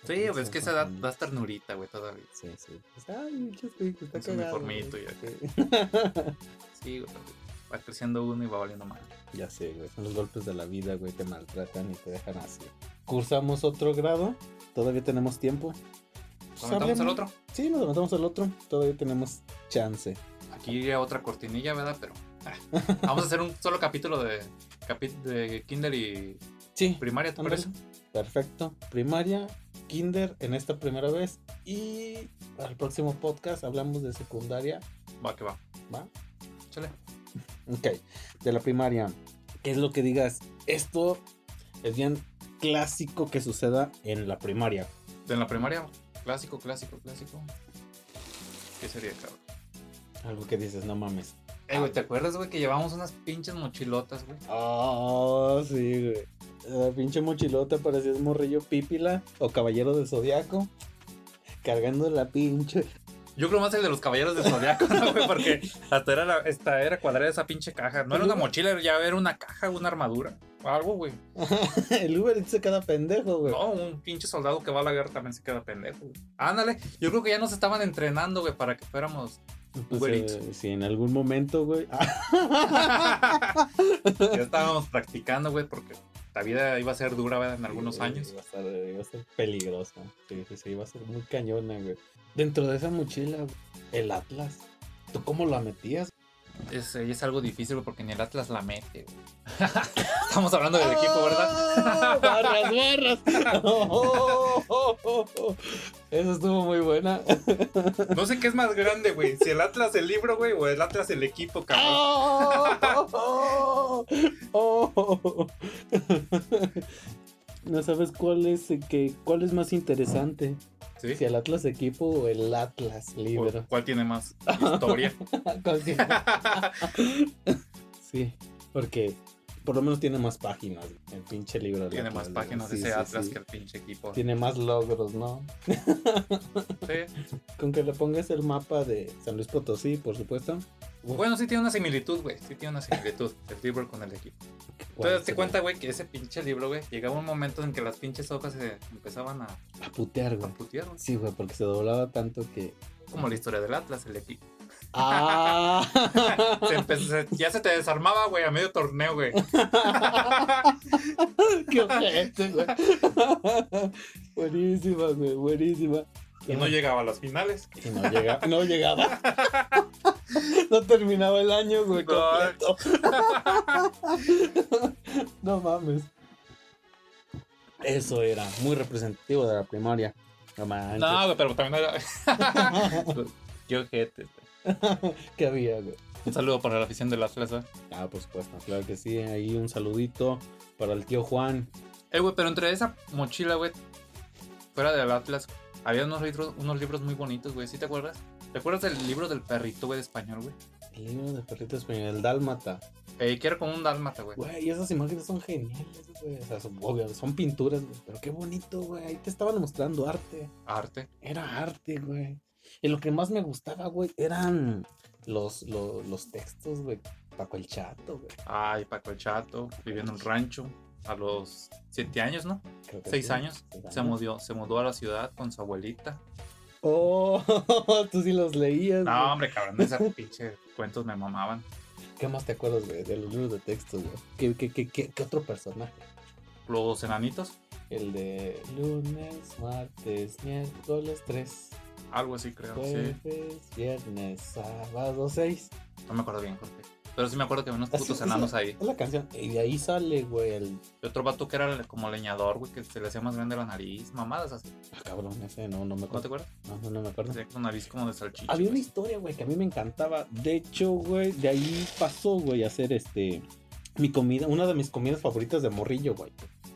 Sí, güey, es que esa edad Somos das ternurita, güey, todavía. Sí, sí. Pues, ay, muchas gracias, está Es un cagado, uniformito güey. y acá. Sí. Sí, güey. pero Va creciendo uno y va valiendo mal. ya sé, güey. Son los golpes de la vida, güey. Te maltratan y te dejan así. Cursamos otro grado. Todavía tenemos tiempo. Comentamos al Hablemos- otro. Sí, nos levantamos al otro. Todavía tenemos chance. Aquí iría otra cortinilla, ¿verdad? Pero ah, vamos a hacer un solo capítulo de, capi- de Kinder y Sí, primaria, ¿te parece? ándale. perfecto. Primaria, kinder en esta primera vez. Y al próximo podcast hablamos de secundaria. Va, que va. ¿Va? Chale. Ok, de la primaria. ¿Qué es lo que digas? Esto es bien clásico que suceda en la primaria. De la primaria, clásico, clásico, clásico. ¿Qué sería, cabrón? Algo que dices, no mames. Eh, güey, ¿te acuerdas, güey, que llevamos unas pinches mochilotas, güey? Oh, sí, güey. La pinche mochilota parecías morrillo pípila o caballero del zodiaco. Cargando la pinche. Yo creo más el de los caballeros del zodiaco, ¿no, güey, porque hasta era, la- esta era cuadrada esa pinche caja. No era una mochila, ya era una caja, una armadura, o algo, güey. El Uber se queda pendejo, güey. No, un pinche soldado que va a la guerra también se queda pendejo. güey. Ándale, yo creo que ya nos estaban entrenando, güey, para que fuéramos. Pues, Uber eh, Eats. si en algún momento, güey. ya estábamos practicando, güey, porque la vida iba a ser dura, ¿verdad? En algunos Sí, años. Iba a estar- iba a ser peligrosa. Sí, sí, sí, iba a ser muy eh, cañona, güey. Dentro de esa mochila, güey, el Atlas. ¿Tú cómo la metías? es, eh, es algo difícil, güey, porque ni el Atlas la mete, güey. Estamos hablando del equipo, ¿verdad? Ah, Barras, barras. Oh, oh, oh, oh. Eso estuvo muy buena. No sé qué es más grande, güey. Si el Atlas el libro, güey, o el Atlas el equipo, cabrón. Oh, oh, oh. No sabes cuál es eh, que cuál es más interesante, ¿Sí? si el Atlas equipo o el Atlas libro. ¿Cuál tiene más historia? Cualquiera. sí, porque por lo menos tiene más páginas el pinche libro. del Tiene Atlas, más ¿no? páginas Sí, ese sí, Atlas sí. que el pinche equipo. Tiene más logros, ¿no? Sí. Con que le pongas el mapa de San Luis Potosí, por supuesto. Bueno, sí tiene una similitud, güey. Sí tiene una similitud. El libro con el equipo. ¿cuál Entonces, te sería? cuenta, güey, que ese pinche libro, güey, llegaba un momento en que las pinches hojas se empezaban a, A putear, a güey. putear, güey. Sí, güey, porque se doblaba tanto que. Como la historia del Atlas, el equipo. ¡Ah! Se empe- se- ya se te desarmaba, güey, a medio torneo, güey. ¡Qué ojete, güey! buenísima, güey, buenísima. Y no llegaba a las finales. Y no llega- no llegaba. no terminaba el año, güey, No. completo. no mames. Eso era muy representativo de la primaria. No manches. No, güey, pero también era. Qué ojete, güey. ¿Qué había, güey? Un saludo para la afición del Atlas, ¿eh? güey. Ah, por supuesto, claro que sí. Ahí un saludito para el tío Juan. Eh, güey, pero entre esa mochila, güey, fuera del Atlas, había unos libros, unos libros muy bonitos, güey. ¿Sí te acuerdas? ¿Te acuerdas del libro del perrito, güey, de español, güey? El libro de perrito español, el Dálmata. Eh, que era como un dálmata, güey. Güey, esas imágenes son geniales, güey. O sea, son, obvio, son pinturas, güey. Pero qué bonito, güey. Ahí te estaban mostrando arte. Arte. Era arte, güey. Y lo que más me gustaba, güey, eran los, los, los textos, güey. Paco el Chato, güey. Ay, Paco el Chato, viviendo en un rancho. A los siete años, ¿no? Creo que Seis sí. años. Seis Se años. mudó, se mudó a la ciudad con su abuelita. Oh, tú sí los leías, No, güey. hombre, cabrón, esos pinches cuentos me mamaban. ¿Qué más te acuerdas, güey, de los libros de textos, güey? ¿Qué, qué, qué, qué, qué otro personaje? Los enanitos, El de lunes, martes, miércoles 3, algo así creo. Sí. jueves, viernes, sábado 6. No me acuerdo bien, Jorge. Pero sí me acuerdo que había unos Así putos es, enanos ahí. Es la canción. Y de ahí sale, güey, el. Y otro vato que era como leñador, güey, que se le hacía más grande la nariz. Mamadas así. Ah, cabrón, ese no, no me ¿No acuerdo. te acuerdas? No, no, no me acuerdo. Tenía una nariz como de salchicha. Había una güey. historia, güey, que a mí me encantaba. De hecho, güey, de ahí pasó, güey, a hacer este. Mi comida, una de mis comidas favoritas de morrillo, güey.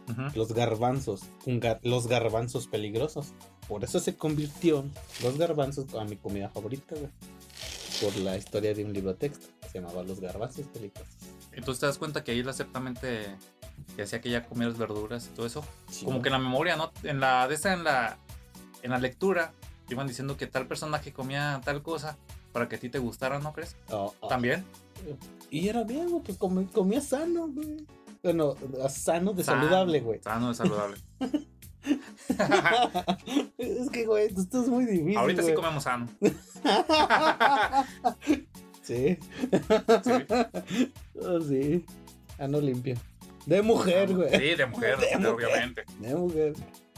Ujú. Los garbanzos. un gar- los garbanzos peligrosos. Por eso se convirtió los garbanzos a mi comida favorita, güey. Por la historia de un libro texto que se llamaba Los garbanzos peligrosos. Entonces te das cuenta que ahí la septamente que hacía que ya comieras verduras y todo eso. Sí, Como ¿no? que en la memoria, ¿no? En la de esa, en la, en la lectura, iban diciendo que tal personaje comía tal cosa para que a ti te gustara, ¿no crees? Oh, oh. También. Y era bien, güey, pues comi- comía sano, güey. Bueno, sano de Sano, saludable, güey. Sano, saludable. es que, güey, esto es muy difícil. Ahorita sí güey. comemos sano. Sí. Sí. Oh, sí. Ano limpio. De mujer, güey. Ah, Sí, de mujer, De de mujer, mujer. obviamente. De mujer.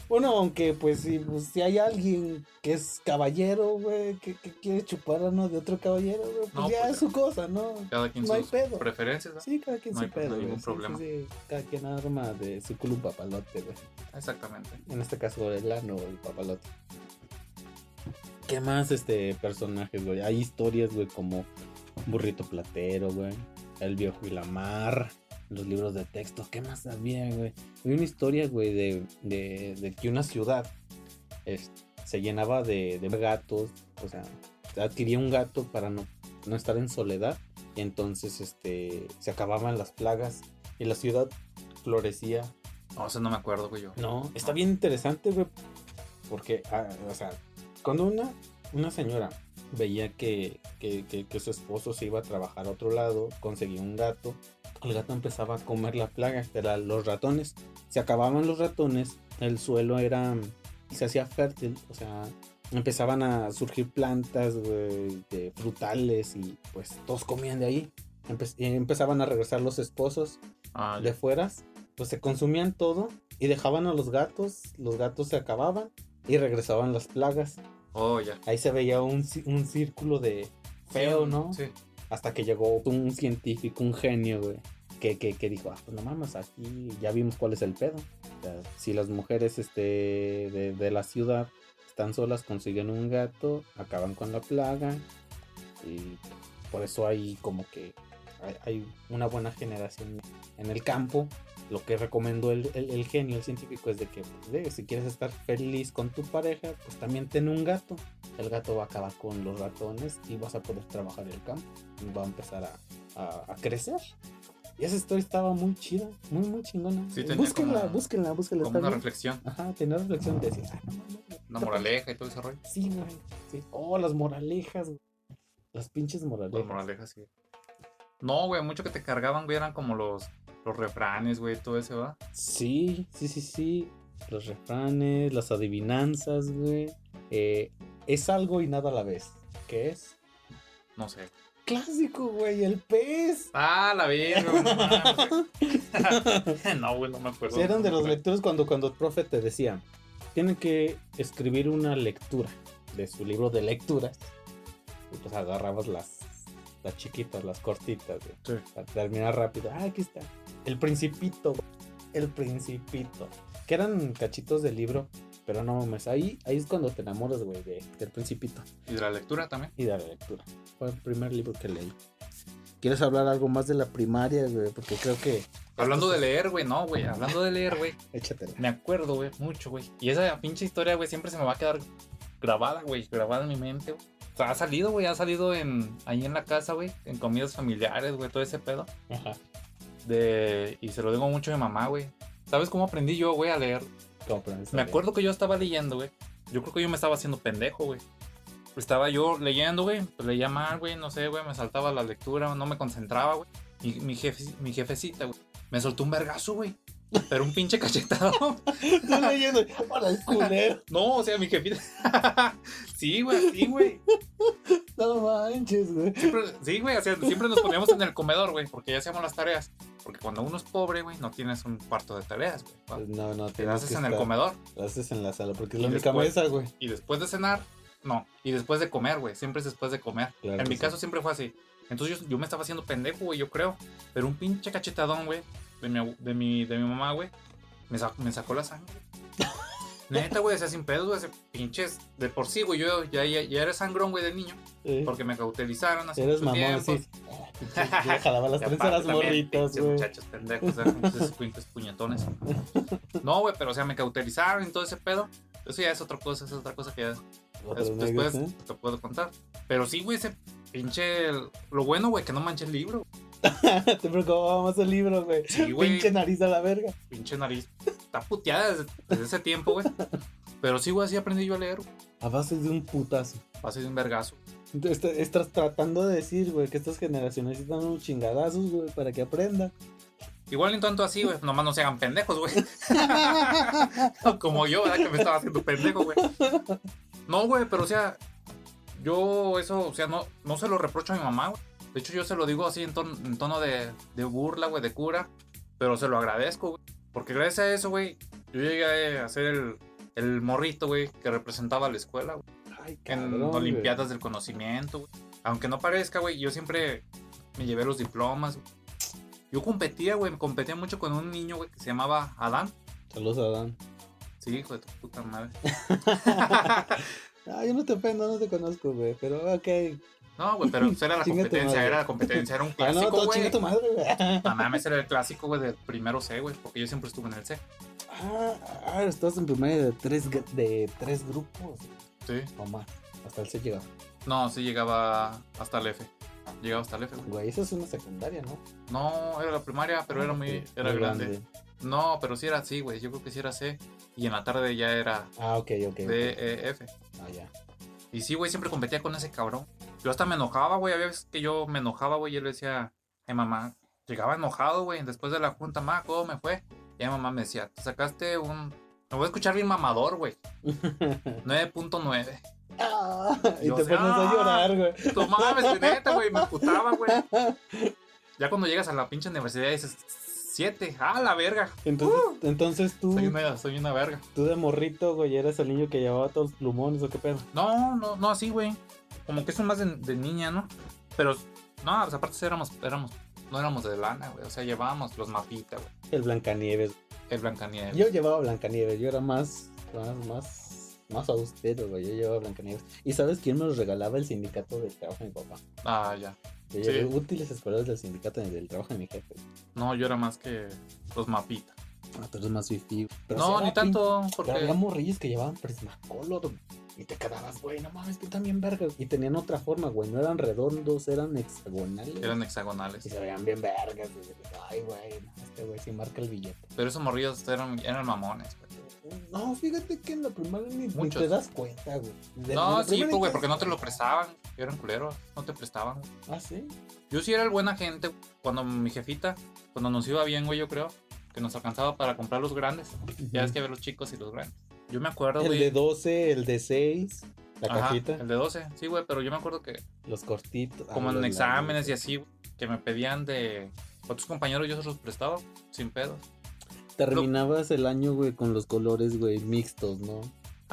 Bueno, aunque pues si, pues, si hay alguien que es caballero, güey, que, que quiere chupar ano de otro caballero, güey, pues No, ya pues, es su cosa, ¿no? Cada quien No hay sus pedo. preferencias, ¿no? Sí, cada quien no su hay- no hay pedo, güey. ningún Sí, problema. sí, sí. Cada quien arma de su culo un papalote, güey. Exactamente. En este caso, el ano, el papalote. ¿Qué más este personajes, güey? Hay historias, güey, como Burrito Platero, güey. El viejo y la mar. Los libros de texto. ¿Qué más había, güey? Había una historia, güey, de, de, de que una ciudad es- se llenaba de, de gatos. O sea, adquiría un gato para no, no estar en soledad. Y entonces este, se acababan las plagas. Y la ciudad florecía No, eso no me acuerdo, güey. Yo. no, está bien interesante, güey. Porque, ah, o sea, cuando una, una señora veía que, que- que- que su esposo se iba a trabajar a otro lado, conseguía un gato, el gato empezaba a comer la plaga, que eran los ratones. Se acababan los ratones, el suelo era. se hacía fértil, o sea, empezaban a surgir plantas, güey, de frutales y pues todos comían de ahí. Empe- y empezaban a regresar los esposos Ah, de ya. fueras, pues se consumían todo y dejaban a los gatos, los gatos se acababan y regresaban las plagas. Oh, ya. Ahí se veía un, ci- un círculo de feo, Sí, ¿no? Sí. Hasta que llegó un científico, un genio, güey. Que, que, que dijo, ah, pues no mames, aquí ya vimos cuál es el pedo. O sea, si las mujeres este, de, de la ciudad están solas, consiguen un gato, acaban con la plaga. Y por eso hay como que hay, hay una buena generación en el campo. Lo que recomendó el, el- el genio, el científico, es de que pues, de- si quieres estar feliz con tu pareja, pues también ten un gato. El gato va a acabar con los ratones y vas a poder trabajar el campo. Y va a empezar a, a- a crecer. Y esa historia estaba muy chida, muy, muy chingona. Sí, tenía búsquenla, como- búsquenla, búsquenla, Como está una bien. reflexión, Ajá, tener reflexión de decir, ah, no mames. una está moraleja y todo ese rollo. Sí, güey. Sí. Oh, las moralejas, güey. Las pinches moralejas. Las moralejas, sí. No, güey, mucho que te cargaban, güey, eran como los, los refranes, güey, todo ese, ¿va? Sí, sí, sí, sí. Los refranes, las adivinanzas, güey. Eh, es algo y nada a la vez. ¿Qué es? No sé. Clásico, güey, el pez. Ah, la verga, güey, no Ah, mames, güey. No, güey, no me acuerdo. Sí, eran de los Güey. lectores cuando, cuando el profe te decía, tienen que escribir una lectura de su libro de lecturas. Y pues agarrabas las, las chiquitas, las cortitas, güey. Sí. Para terminar rápido. Ah, aquí está. El Principito. El Principito. Que eran cachitos del libro. Pero no mames. Ahí, ahí es cuando te enamoras, güey, de- del Principito. Y de la lectura también. Y de la lectura. Fue el primer libro que leí. ¿Quieres hablar algo más de la primaria, güey? Porque creo que. Hablando de leer, güey, no, güey, hablando de leer, güey. Échatela. Me acuerdo, güey, mucho, güey. Y esa pinche historia, güey, siempre se me va a quedar grabada, güey, grabada en mi mente, güey. O sea, ha salido, güey, ha salido en, ahí en la casa, güey, en comidas familiares, güey, todo ese pedo. Ajá. De, y se lo digo mucho a mi mamá, güey. ¿Sabes cómo aprendí yo, güey, a leer? ¿Cómo pronuncias? Me acuerdo que yo estaba leyendo, güey. Yo creo que yo me estaba haciendo pendejo, güey. Estaba yo leyendo, güey. Pues leía mal, güey. No sé, güey. Me saltaba la lectura. No me concentraba, güey. Mi, mi, jefe- mi jefecita, güey. Me soltó un vergazo, güey. Pero un pinche cachetado. Estoy leyendo. Para el culero. No, o sea, mi jefita. sí, güey, sí, güey. No manches, güey. Siempre, sí, güey, o sea, siempre nos poníamos en el comedor, güey, porque ya hacíamos las tareas. Porque cuando uno es pobre, güey, no tienes un cuarto de tareas, güey. Pues No, no, Te las tienes haces que en el estar- comedor. Las haces en la sala porque es Y la única después- mesa, güey. Y después de cenar, no. Y después de comer, güey. Siempre es después de comer. Claro en que mi sí. caso siempre fue así. Entonces yo, yo me estaba haciendo pendejo, güey, yo creo. Pero un pinche cachetadón, güey, de mi, abu- de mi, de mi mamá, güey, me, sa- me sacó la sangre. Neta, güey, o sea, sin pedos, güey, ese pinches. De por sí, güey, yo ya, ya, ya era sangrón, güey, de niñño. Eh, Porque me cautelizaron hace Eres mucho mamón, tiempo. sí. Yo jalaba las Y trenzas a las aparte también, morritas, pinches güey. Muchachos pendejos, ¿eh? pinches escuincles puñetones. No, güey, pero o sea, me cautelizaron y todo ese pedo. Eso ya es otra cosa, es otra cosa que ya Otra Des- anécdota, Después ¿eh? te puedo contar. Pero sí, güey, ese pinche. Lo bueno, güey, que no manche el libro. Te preocupaba más el libro, güey. Sí, güey. Pinche nariz a la verga. Pinche nariz. Está puteada desde, desde ese tiempo, güey. Pero sí, güey, así aprendí yo a leer. güey. A base de un putazo. Así de un vergazo. Entonces, Estás, estás tratando de decir, güey, que estas generaciones necesitan unos chingadazos, güey, para que aprendan. Igual en tanto así, güey. Nomás no se hagan pendejos, güey. Como yo, ¿verdad? Que me estaba haciendo pendejo, güey. No, güey, pero o sea. Yo eso, o sea, no, no se lo reprocho a mi mamá, güey. De hecho, yo se lo digo así en, ton- en tono de, de burla, güey, de cura. Pero se lo agradezco, güey. Porque gracias a eso, güey, yo llegué a ser el, el morrito, güey, que representaba a la escuela, güey. Ay, En cabrón, güey. Olimpiadas del Conocimiento, güey. Aunque no parezca, güey, yo siempre me llevé los diplomas. güey. Yo competía, güey, competía mucho con un niño, güey, que se llamaba Adán. Saludos a Dan. Sí, hijo de tu puta madre. Ah, yo no te ofendo, no te conozco, güey, pero ok. No, güey, pero pues era la Chinga tu competencia, madre. era la competencia, era un Ah, no, clásico, todo güey. chinga tu madre, güey. No mames, era el clásico, güey, del primero C, güey, porque yo siempre estuve en el C. Ah, ah, estás en primaria de tres, gr- de tres grupos. Sí. Mamá, hasta el se llegaba. No, sí llegaba hasta el F. Llegaba hasta el F, güey. Güey, eso es una secundaria, ¿no? No, era la primaria, pero Ah, era muy, Sí, era muy grande. No, pero sí era así, güey. Yo creo que sí era C. Y en la tarde ya era Ah, ok, ok. ok. D, E, F. Ah, ya. Y sí, güey, siempre competía con ese cabrón. Yo hasta me enojaba, güey. Había veces que yo me enojaba, güey. y Yo le decía, ay, mamá, llegaba enojado, güey. Después de la junta, ma, ¿cómo me fue? Y mi mamá me decía, te sacaste un. Me voy a escuchar bien mamador, güey. 9.9. Ah, y Yo te sé, pones a ah. llorar, güey. No mames, güey, neta, güey. Me putaba, güey. Ya cuando llegas a la pinche universidad dices, 7. Ah, la verga. Entonces, entonces tú, ¡uh! Soy una, soy una verga. tú de morrito, güey, eras el niño que llevaba todos los plumones o qué pedo. No, no, no así, güey. Como que son más de, de niña, ¿no? Pero No, pues aparte éramos, éramos, no éramos de lana, güey. O sea, llevábamos los mapitas, güey. El Blancanieves. El Blancanieves. Yo llevaba Blancanieves, yo era más, más, más, más austero, güey. Yo llevaba Blancanieves. ¿Y sabes quién me los regalaba? El sindicato del trabajo de mi papá. Ah, ya. Yo Sí. llevé útiles escolares del sindicato del trabajo de mi jefe. No, yo era más que los mapitas. Ah, tú eres más fifí. Pero sí No, era ni pin- tanto, Pero había porque. morrillos que llevaban Prismacolor y te quedabas, güey, no mames, pintan bien vergas. Y tenían otra forma, güey, no eran redondos, eran hexagonales. Eran Y hexagonales. se veían bien vergas. y dices, Ay, güey, no, este güey sí marca el billete. Pero esos morrillos eran, eran mamones, güey. No, fíjate que en la primera ni, ni Muchos. te das cuenta, güey. De- en No, la primera sí, pues, ni güey, das porque no te lo cuenta. prestaban. Yo era un culero, no te prestaban. güey. Ah, sí. Yo sí era el buen agente. güey. Cuando mi jefita, cuando nos iba bien, güey, yo creo, que nos alcanzaba para comprar los grandes. Ya es que ver los chicos y los grandes. Yo me acuerdo, El güey. de 12, el de 6, la Ajá, cajita, El de 12, sí, güey, pero yo me acuerdo que los cortitos. ah, como en los largos. exámenes y así, güey, que me pedían de otros compañeros, yo se los prestaba sin pedos. Terminabas el año, güey, con los colores, güey, mixtos, ¿no?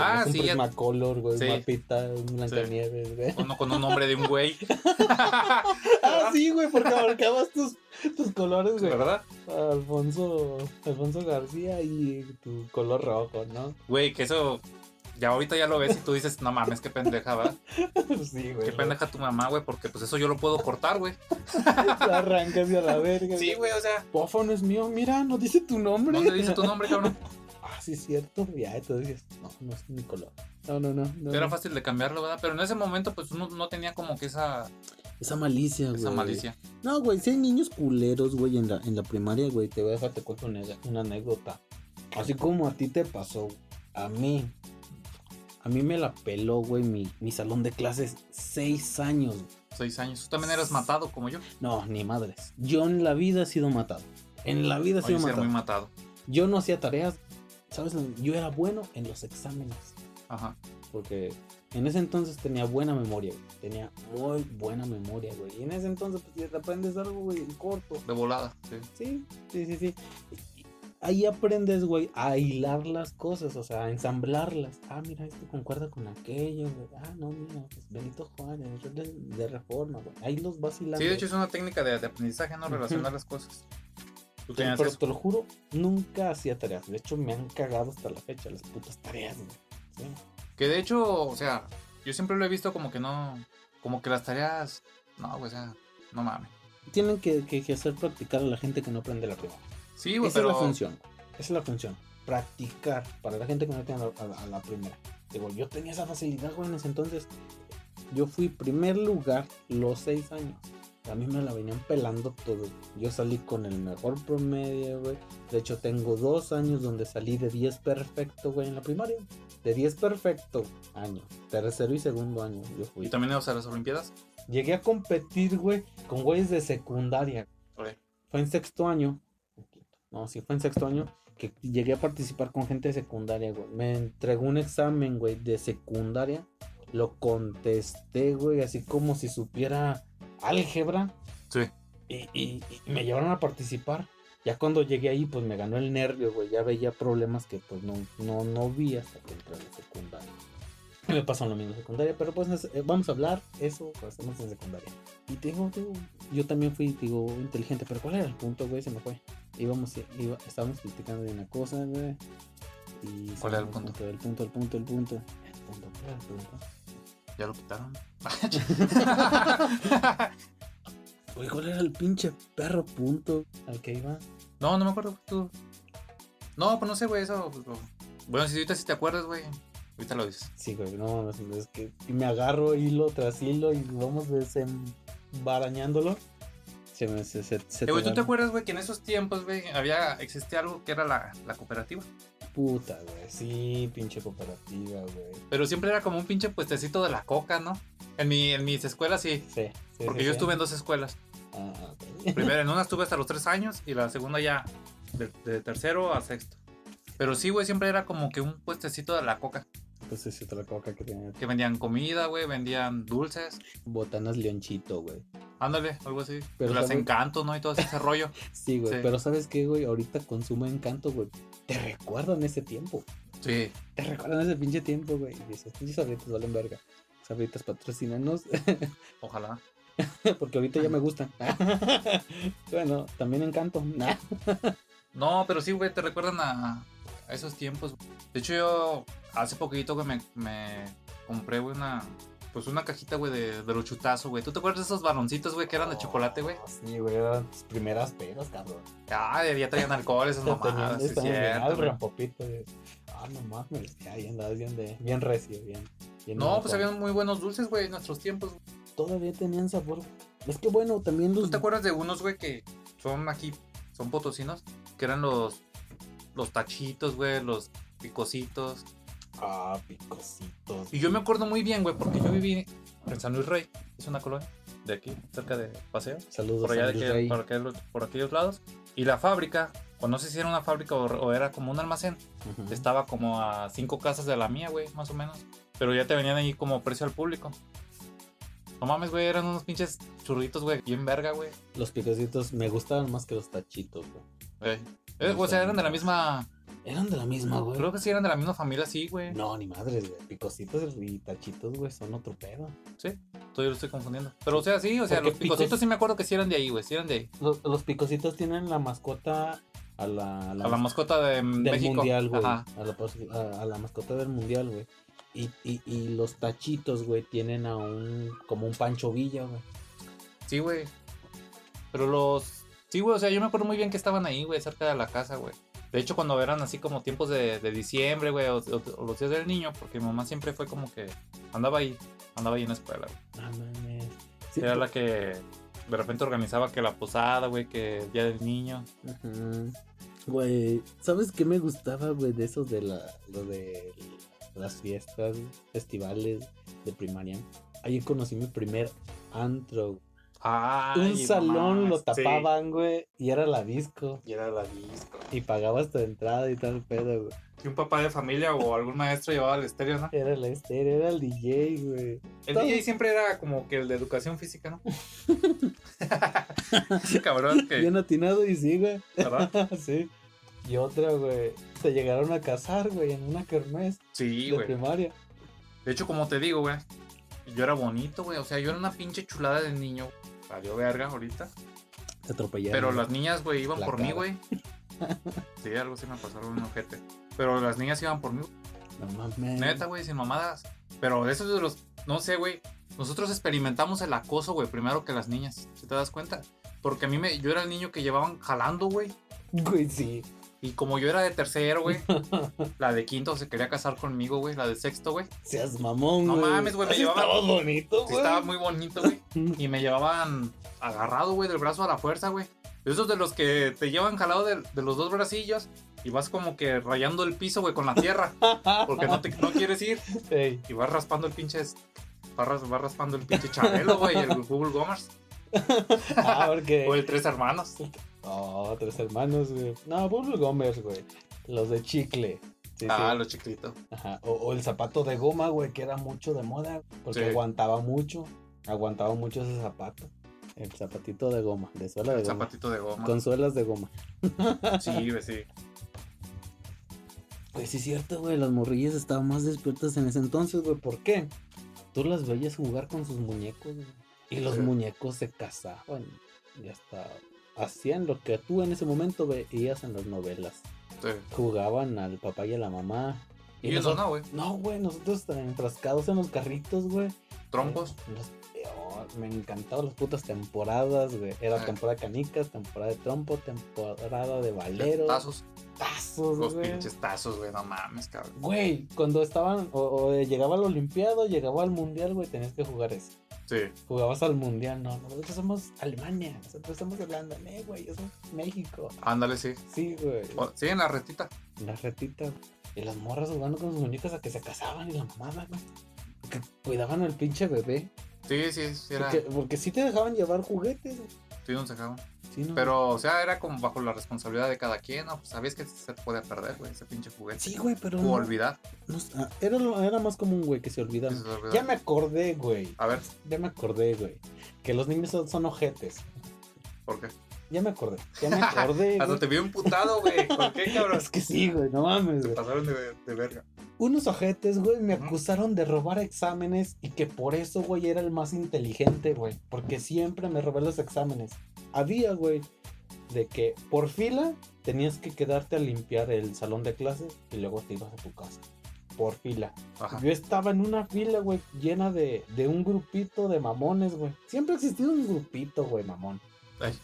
Ah, Tenías un sí, ya- Prismacolor, güey, Sí. mapita, un Blancanieves, güey. Uno con un nombre de un güey. Ah, sí, güey, porque marcabas tus, tus colores, güey. ¿Verdad? Alfonso, Alfonso García y tu color rojo, ¿no? Güey, que eso. Ya ahorita ya lo ves y tú dices, no mames, qué pendeja, va. sí, güey. Qué pendeja tu mamá, güey, porque pues eso yo lo puedo cortar, güey. Te arrancas y a la verga. Sí, güey, o sea, Pofa no es mío, mira, no dice tu nombre. ¿dónde dice tu nombre, cabrón? Ah, sí, es cierto. Ya, entonces, no, no es mi color. No, no, no. no, Era no. fácil de cambiarlo, ¿verdad? Pero en ese momento, pues uno no tenía como que esa, Esa malicia, güey. esa malicia. No, güey, si hay niños culeros, güey, en la, en la primaria, güey, te voy a dejar, te cuento una, una anécdota. Así como a ti te pasó, a mí, a mí me la peló, güey, mi, mi salón de clases, seis años. Seis años. Tú también eras matado como yo. No, ni madres. Yo en la vida he sido matado. En la vida he Oye, sido sí, era matado. muy matado. Yo no hacía tareas, ¿sabes? Yo era bueno en los exámenes, Ajá. porque en ese entonces tenía buena memoria, güey. Tenía muy buena memoria, güey. Y en ese entonces, pues, ya te aprendes algo, güey, en corto. De volada, sí. Sí, sí, sí, sí. Ahí aprendes, güey, a hilar las cosas, o sea, a ensamblarlas. Ah, mira, esto concuerda con aquello, güey. Ah, no, mira, pues Benito Juárez, yo de, de reforma, güey. Ahí los vas hilando. Sí, de hecho es una técnica de, de aprendizaje, no Ujú. relacionar las cosas. Tú pero, tenías pero eso. te lo juro, nunca hacía tareas. De hecho, me han cagado hasta la fecha las putas tareas, güey. Sí. Que de hecho, o sea, yo siempre lo he visto como que no. Como que las tareas. No, güey, o sea, no mames. Tienen que, que- que hacer practicar a la gente que no aprende la primera. Sí, güey, Esa pero. es la función. Esa es la función. Practicar para la gente que no tiene a la, a la primera. Digo, yo tenía esa facilidad, güey, en ese entonces. Yo fui primer lugar los seis años. A mí me la venían pelando todo. Yo salí con el mejor promedio, güey. De hecho, tengo dos años donde salí de 10 perfecto, güey, en la primaria. De 10 perfecto año. Tercero y segundo año yo Y fui. también ibas a las Olimpiadas. Llegué a competir, güey, con güeyes de secundaria Ok. fue en sexto año. No, sí, fue en sexto año que llegué a participar con gente de secundaria, güey. Me entregó un examen, güey, de secundaria. Lo contesté, güey, así como si supiera álgebra. Sí. Y, y- y me llevaron a participar. Ya cuando llegué ahí, pues me ganó el nervio, güey. Ya veía problemas que pues no, no, no vi hasta que entré a la secundaria. Me pasó lo mismo en secundaria, pero pues es- eh, vamos a hablar eso cuando estemos en secundaria. Y te digo, te digo, yo también fui, te digo, inteligente, pero ¿cuál era el punto, güey? Se me fue. Íbamos, eh, iba- estábamos platicando de una cosa, güey. Y se ¿Cuál era el me punto? fue El punto, el punto, el punto. El punto, ¿cuál era el punto? Ya lo quitaron. Güey, ¿cuál era el pinche perro punto al que iba? no, no me acuerdo. güey, Tú. No, pues no sé, güey, eso. pues, lo- Bueno, si ahorita si te acuerdas, güey. Ahorita lo dices. Sí, güey, no, no, es que me agarro hilo tras hilo y vamos desembarañándolo. Se me, se, se, se Eh, güey, ¿tú va te acuerdas, güey, que en esos tiempos, güey, había, existía algo que era la, la cooperativa? Puta, güey, sí, pinche cooperativa, güey. Pero siempre era como un pinche puestecito de la coca, ¿no? En, mi, en mis escuelas sí. Sí, sí, Porque sí, yo sí. estuve en dos escuelas. Ah, ok. Primero, en una estuve hasta los tres años y la segunda ya de, de tercero a sexto. Pero sí, güey, siempre era como que un puestecito de la coca. Pues es otra coca que tenía Que vendían comida, güey, vendían dulces. botanas leonchito, güey. Ándale, algo así. Pero las sabe- encantos, ¿no? Y todo ese rollo. Sí, güey, Sí. pero ¿sabes qué, güey? Ahorita consumo encanto, güey. Te recuerdan ese tiempo. Sí. Te recuerdan ese pinche tiempo, güey. Y dices, pinches sabritas valen verga. Sabritas patrocinanos. Ojalá. Porque ahorita ya me gusta. bueno, también encanto. Nah. No, pero sí, güey, te recuerdan a, a esos tiempos. De hecho, yo hace poquito, güey, me, me compré, güey, una. Pues una cajita, güey, de, de los chutazos, güey. ¿Tú te acuerdas de esos baloncitos, güey, que eran de Oh. chocolate, güey? Sí, güey, eran tus primeras peras, cabrón. Ah, ya traían alcohol, esas mamadas, sí, es cierto, güey. popito, güey. Ah, no mames, ya, ya andabas bien, de, bien recio, bien. bien No, pues alcohol. habían muy buenos dulces, güey, en nuestros tiempos. güey. Todavía tenían sabor. Es que bueno, también ¿Tú los. te acuerdas de unos, güey, que son aquí, son potosinos? Que eran los, los tachitos, güey, los picositos. Ah, picositos. Y yo me acuerdo muy bien, güey, porque yo viví en San Luis Rey, es una colonia de aquí, cerca de Paseo, Saludos por allá a de Luis que- Rey. por, aquel- por aquellos lados. Y la fábrica, o no sé si era una fábrica o, o era como un almacén, Ujú. estaba como a cinco casas de la mía, güey, más o menos. Pero ya te venían ahí como precio al público. No mames, güey, eran unos pinches churritos, güey, bien verga, güey. Los picositos me gustaban más que los tachitos, güey. Eh, eh, o sea, eran de la misma. Eran de la misma, Ah, güey. Creo que sí eran de la misma familia, sí, güey. No, ni madres, güey. Picositos y tachitos, güey, son otro pedo. Yo lo estoy confundiendo. Pero, o sea, sí, o sea, Porque los picositos picos- sí me acuerdo que sí eran de ahí, güey, sí eran de ahí. Los, los picositos tienen la mascota a la, a la A la mascota de del México. mundial, güey. Ajá. A la, pos- a- a la mascota del mundial, güey. Y, y, y los tachitos, güey, tienen a un. como un Pancho Villa, güey. Sí, güey. Pero los. Sí, güey, o sea, yo me acuerdo muy bien que estaban ahí, güey, cerca de la casa, güey. De hecho, cuando eran así como tiempos de, de diciembre, güey, o, o- o los días del niño, porque mi mamá siempre fue como que andaba ahí, andaba ahí en la escuela, güey. Ah, mames. Sí, Era la que de repente organizaba que la posada, güey, que el día del niño. Ujú. Güey, ¿sabes qué me gustaba, güey, de esos de la, lo de las fiestas, festivales de primaria? Ahí conocí mi primer antro. güey. Ay, Un no salón más, lo sí. tapaban, güey, y era la disco. Y era la disco. Y pagabas tu entrada y tal pedo, güey. Que un papá de familia o algún maestro llevaba el estéreo, ¿no? Era el estéreo, era el DJ, güey. El Todo. DJ siempre era como que el de educación física, ¿no? Ese cabrón que, Bien atinado y sí, güey. Ah, ¿verdad? sí. Y otra, güey. Se llegaron a casar, güey, en una kermés Sí, de güey. primaria. De hecho, como te digo, güey, yo era bonito, güey. O sea, yo era una pinche chulada de niño. Valió verga ahorita. Te atropellaron. Pero las niñas, güey, iban La por mí, cara. güey. Sí, algo se me pasó algún ojete. Pero las niñas iban por mí, No mames. neta, güey, sin mamadas. Pero de esos de los, no sé, güey. Nosotros experimentamos el acoso, güey, primero que las niñas, si te das cuenta. Porque a mí me, yo era el niño que llevaban jalando, güey. Güey, sí. Y como yo era de tercero, güey, la de quinto se quería casar conmigo, güey, la de sexto, güey. Seas mamón, No güey. mames, güey, me Así llevaba- Estabas bonito, Sí, güey. estaba muy bonito, güey. Y me llevaban agarrado, güey, del brazo a la fuerza, güey. Esos de los que te llevan jalado de, de los dos bracillos y vas como que rayando el piso, güey, con la tierra. Porque no, te, no quieres ir. Ey, Y vas raspando el pinche. Vas, ras- vas raspando el pinche Chabelo, güey, el Google Gomers. Ah, porque... O el Tres Hermanos. Oh, tres hermanos, güey. No, Burro Gómez, güey. Los de chicle. Sí, Ah, sí. lo chiquito. Ajá. O, o el zapato de goma, güey, que era mucho de moda. Porque Sí. aguantaba mucho. Aguantaba mucho ese zapato. El zapatito de goma, de suela de El goma. zapatito de goma. Con suelas de goma. Sí, güey, sí. Pues sí, es cierto, güey. Las morrillas estaban más despiertas en ese entonces, güey. ¿Por qué? Tú las veías jugar con sus muñecos, güey. Y los Sí. muñecos se casaban. Y hasta hacían lo que tú en ese momento veías en las novelas. sí. Jugaban al papá y a la mamá. Y eso nosotros- no, güey. No, güey. Nosotros tan enfrascados en los carritos, güey. Trompos. Los- oh, me encantaban las putas temporadas, güey. Era Ah. temporada de canicas, temporada de trompo, temporada de valero. Tazos. Tazos, Los güey. pinches tazos, güey. No mames, cabrón. Güey, cuando estaban, o, o llegaba al Olimpiado, llegaba al Mundial, güey, tenías que jugar eso. Sí. Jugabas al Mundial, no, nosotros somos Alemania, nosotros somos Holanda, eh, güey, yo soy México. Ándale, sí. Sí, güey. O- Sí, en la retita. Las retitas. Y las morras jugando con sus muñecas a que se casaban y la mamada, güey. Que cuidaban al pinche bebé. Sí, sí, sí. Era. Porque, porque sí te dejaban llevar juguetes, güey. Sí, un sacado. Sí, no. Pero, o sea, era como bajo la responsabilidad de cada quien, ¿no? Pues sabías que se podía perder, güey, ese pinche juguete. Sí, güey, pero. O no- olvidar. no- ah, era, lo- era más común, güey, que se olvidaba. que se olvidaba. Ya me acordé, güey. A ver, Ya me acordé, güey. Que los niños son, son ojetes. ¿por qué? Ya me acordé, ya me acordé. Hasta güey. te vi emputado, güey. ¿Por qué, cabrón? Es que sí, güey, no mames, Se güey. pasaron de, de verga. unos ojetes, güey, me Ujú. acusaron de robar exámenes y que por eso, güey, era el más inteligente, güey. Porque siempre me robé los exámenes. Había, güey, de que por fila tenías que quedarte a limpiar el salón de clases y luego te ibas a tu casa. Por fila. Ajá. Yo estaba en una fila, güey, llena de, de un grupito de mamones, güey. Siempre ha existido un grupito, güey, mamón. Ay.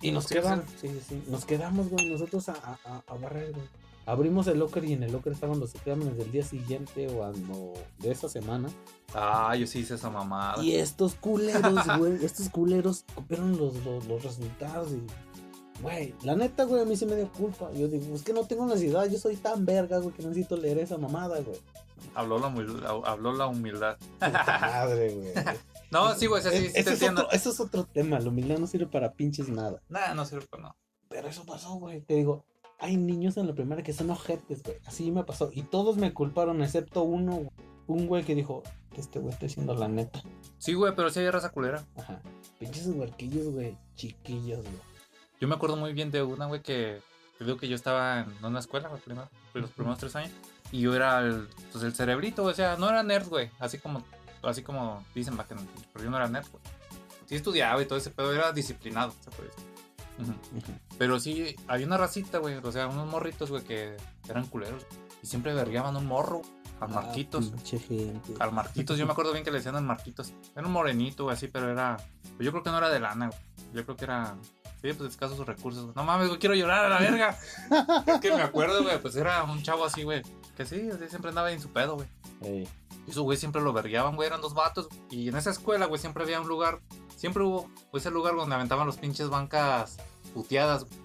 Y nos Sí, quedamos, sí, sí, sí, nos quedamos, güey, nosotros a, a- a- a barrer, güey. Abrimos el locker y en el locker estaban los exámenes del día siguiente o ando- de esa semana. Ah, yo sí hice esa mamada. Y estos culeros, güey, estos culeros copiaron los, los, los resultados y, güey, la neta, güey, a mí sí me dio culpa. Yo digo, es que no tengo necesidad, yo soy tan verga, güey, que no necesito leer esa mamada, güey. Habló la humildad. Habló la humildad. Puta madre, güey. No, Oh, sí, güey, o sea, sí, E- sí te ese es entiendo. otro, eso es otro tema, la humildad no sirve para pinches nada. Nah, no sirve para nada. Pero eso pasó, güey. Te digo, hay niños en la primera que son ojetes, güey. Así me pasó. Y todos me culparon, excepto uno, güey. un güey que dijo, este güey está diciendo la neta. Sí, güey, pero sí hay raza culera. Ajá. Pinches huerquillos, güey. Chiquillos, güey. Yo me acuerdo muy bien de una, güey, que te digo que yo estaba en una escuela, güey, primero, los primeros tres años. Y yo era el, pues, el cerebrito, o sea, no era nerd, güey. Así como, así como dicen, va, que no- pero yo no era nerd, güey. Sí estudiaba y todo ese pedo, era disciplinado, se puede decir. Ujú. Pero sí, había una racita, güey, o sea, unos morritos, güey, que eran culeros. Y siempre vergueaban un morro, a marquitos. Ah, pinche gente. Al Marquitos, yo me acuerdo bien que le decían al Marquitos. Era un morenito, güey, así, pero era. pues yo creo que no era de lana, güey. Yo creo que era. Sí, pues escasos sus recursos. güey. No mames, güey, quiero llorar a la verga. es que me acuerdo, güey, pues era un chavo así, güey. Que sí, así siempre andaba en su pedo, güey. Ey. Y esos güey siempre lo vergueaban, güey, eran dos vatos. Y en esa escuela, güey, siempre había un lugar. Siempre hubo güey, ese lugar donde aventaban los pinches bancas puteadas. güey.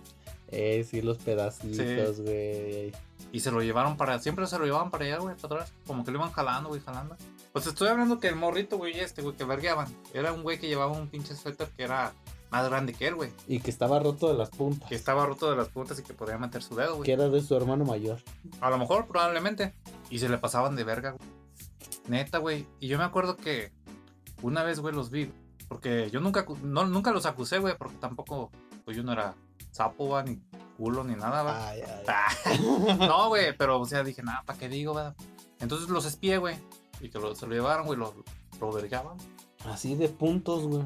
Eh, sí, los pedacitos, güey. Y se lo llevaron para. Siempre se lo llevaban para allá, güey, para atrás. Como que lo iban jalando, güey, jalando. Pues estoy hablando que el morrito, güey, este, güey, que vergueaban. Era un güey que llevaba un pinche suéter que era más grande que él, güey. Y que estaba roto de las puntas. Que estaba roto de las puntas y que podía meter su dedo, Que güey. era de su hermano mayor. A lo mejor, probablemente. Y se le pasaban de verga, güey. Neta, güey. Y yo me acuerdo que una vez, güey, los vi. Porque yo nunca, acu- no, nunca los acusé, güey, porque tampoco, pues yo no era sapo, va, ni culo, ni nada, va. Ay, ay. No, güey, pero, o sea, dije, nada, ¿para qué digo, verdad? Entonces los espié, güey. Y que lo- se lo llevaron, güey, lo, lo vergaban, Así de puntos, güey.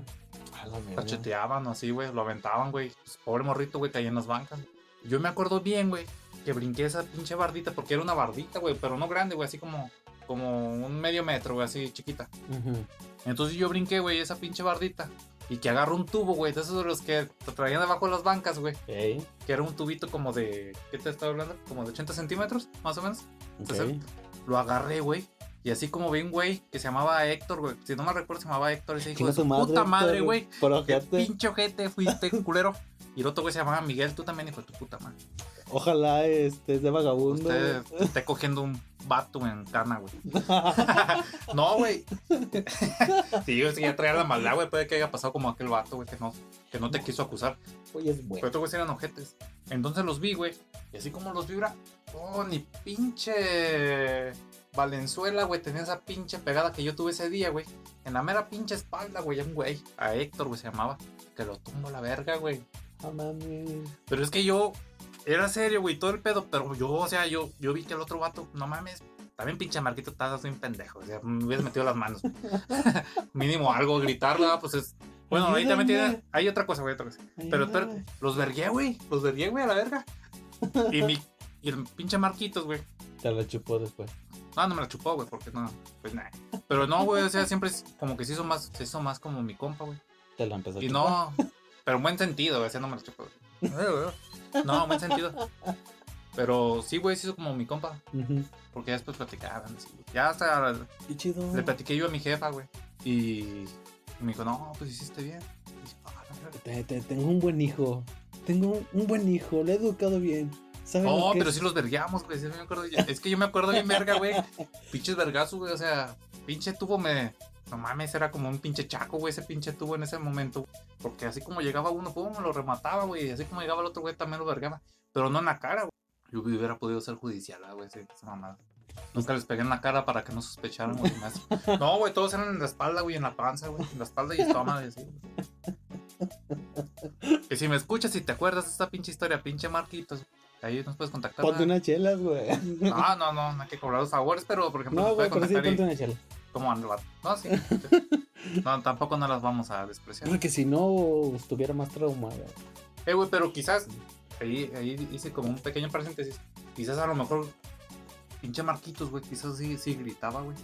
A la verga. cacheteaban así, güey, lo aventaban, güey. Pues, pobre morrito, güey, caía en las bancas. Yo me acuerdo bien, güey, que brinqué esa pinche bardita, porque era una bardita, güey, pero no grande, güey, así como, como un medio metro, güey, así chiquita. Ujú. Entonces yo brinqué, güey, esa pinche bardita. Y que agarro un tubo, güey, de esos de los que te traían debajo de las bancas, güey. Ey, Que era un tubito como de, ¿qué te estaba hablando? Como de 80 centímetros, más o menos. ok. Entonces, Lo agarré, güey. Y así como vi un güey que se llamaba Héctor, güey. Si no me recuerdo, se llamaba Héctor. Ese hijo Chinga de su tu madre, puta madre, Héctor, güey. Por Qué ojete. pinche ojete fuiste, culero. Y el otro güey se llamaba Miguel. Tú también, hijo de tu puta madre. Ojalá este es de vagabundo. Usted güey. esté cogiendo un vato en cana, güey. no, güey. sí, yo sí, ya traía la maldad, güey. Puede que haya pasado como aquel vato, güey, que no, que no te quiso acusar. Oye, es Pero bueno. estos güeyes eran ojetes. Entonces los vi, güey. Y así como los vibra. Oh, ni pinche Valenzuela, güey. Tenía esa pinche pegada que yo tuve ese día, güey. En la mera pinche espalda, güey. a Un güey. A Héctor, güey, se llamaba. Que lo tumbo a la verga, güey. Ah, mami. Pero es que yo. Era serio, güey, todo el pedo. Pero yo, o sea, yo, yo vi que el otro vato, no mames. También pinche Marquito estás bien pendejo. O sea, me hubieras metido las manos. Mínimo algo, gritarla, pues es. Bueno, ahí también tiene. Ayúdame. Hay otra cosa, güey, otra cosa. Pero espérate, los vergué, güey. Los vergué, güey, a la verga. Y mi. Y el pinche Marquitos, güey. Te la chupó después. Ah, no me la chupó, güey, porque no. Pues nada. Pero no, güey, o sea, siempre es como que se hizo más, se hizo más como mi compa, güey. Te la empezó a Y chupar. no. Pero en buen sentido, güey, o sea, no me la chupó. güey. No, en buen sentido. Pero sí, güey, se hizo como mi compa. Ujú. Porque ya después platicaban. así, güey. Ya hasta Qué chido. le platiqué yo a mi jefa, güey. Y me dijo, no, pues hiciste bien. Y dije, "Ah, la verga". Te- te- tengo un buen hijo. Tengo un- un buen hijo. Lo he educado bien. ¿Saben No, lo que Oh, pero es? sí los vergueamos, güey. sí me acuerdo. Yo- Es que yo me acuerdo bien verga, güey. Pinches vergazos, güey. O sea, pinche tubo me. No mames, era como un pinche chaco, güey, ese pinche tubo en ese momento. Porque así como llegaba uno, pum, lo remataba, güey. Y así como llegaba el otro, güey, también lo vergaba. Pero no en la cara, güey. Yo hubiera podido ser judicial, ah, güey, ese- esa mamada. Nunca les pegué en la cara para que no sospecharan, güey, maestro. No, güey, todos eran en la espalda, güey, en la panza, güey, en la espalda y estómago, y así, güey. Que si me escuchas y te acuerdas de esta pinche historia, pinche Marquitos, Ahí nos puedes contactar. Ponte ¿verdad? unas chelas, güey. No, no, no, no hay que cobrar los favores, pero por ejemplo, No, nos güey, puedes pero sí, contactar ponte y una chela. como Android. No, sí. No, tampoco no las vamos a despreciar. Porque si no, estuviera más traumada. Eh, güey, pero quizás, ahí, ahí hice como un pequeño paréntesis, quizás a lo mejor, pinche Marquitos, güey, quizás sí, sí gritaba, güey.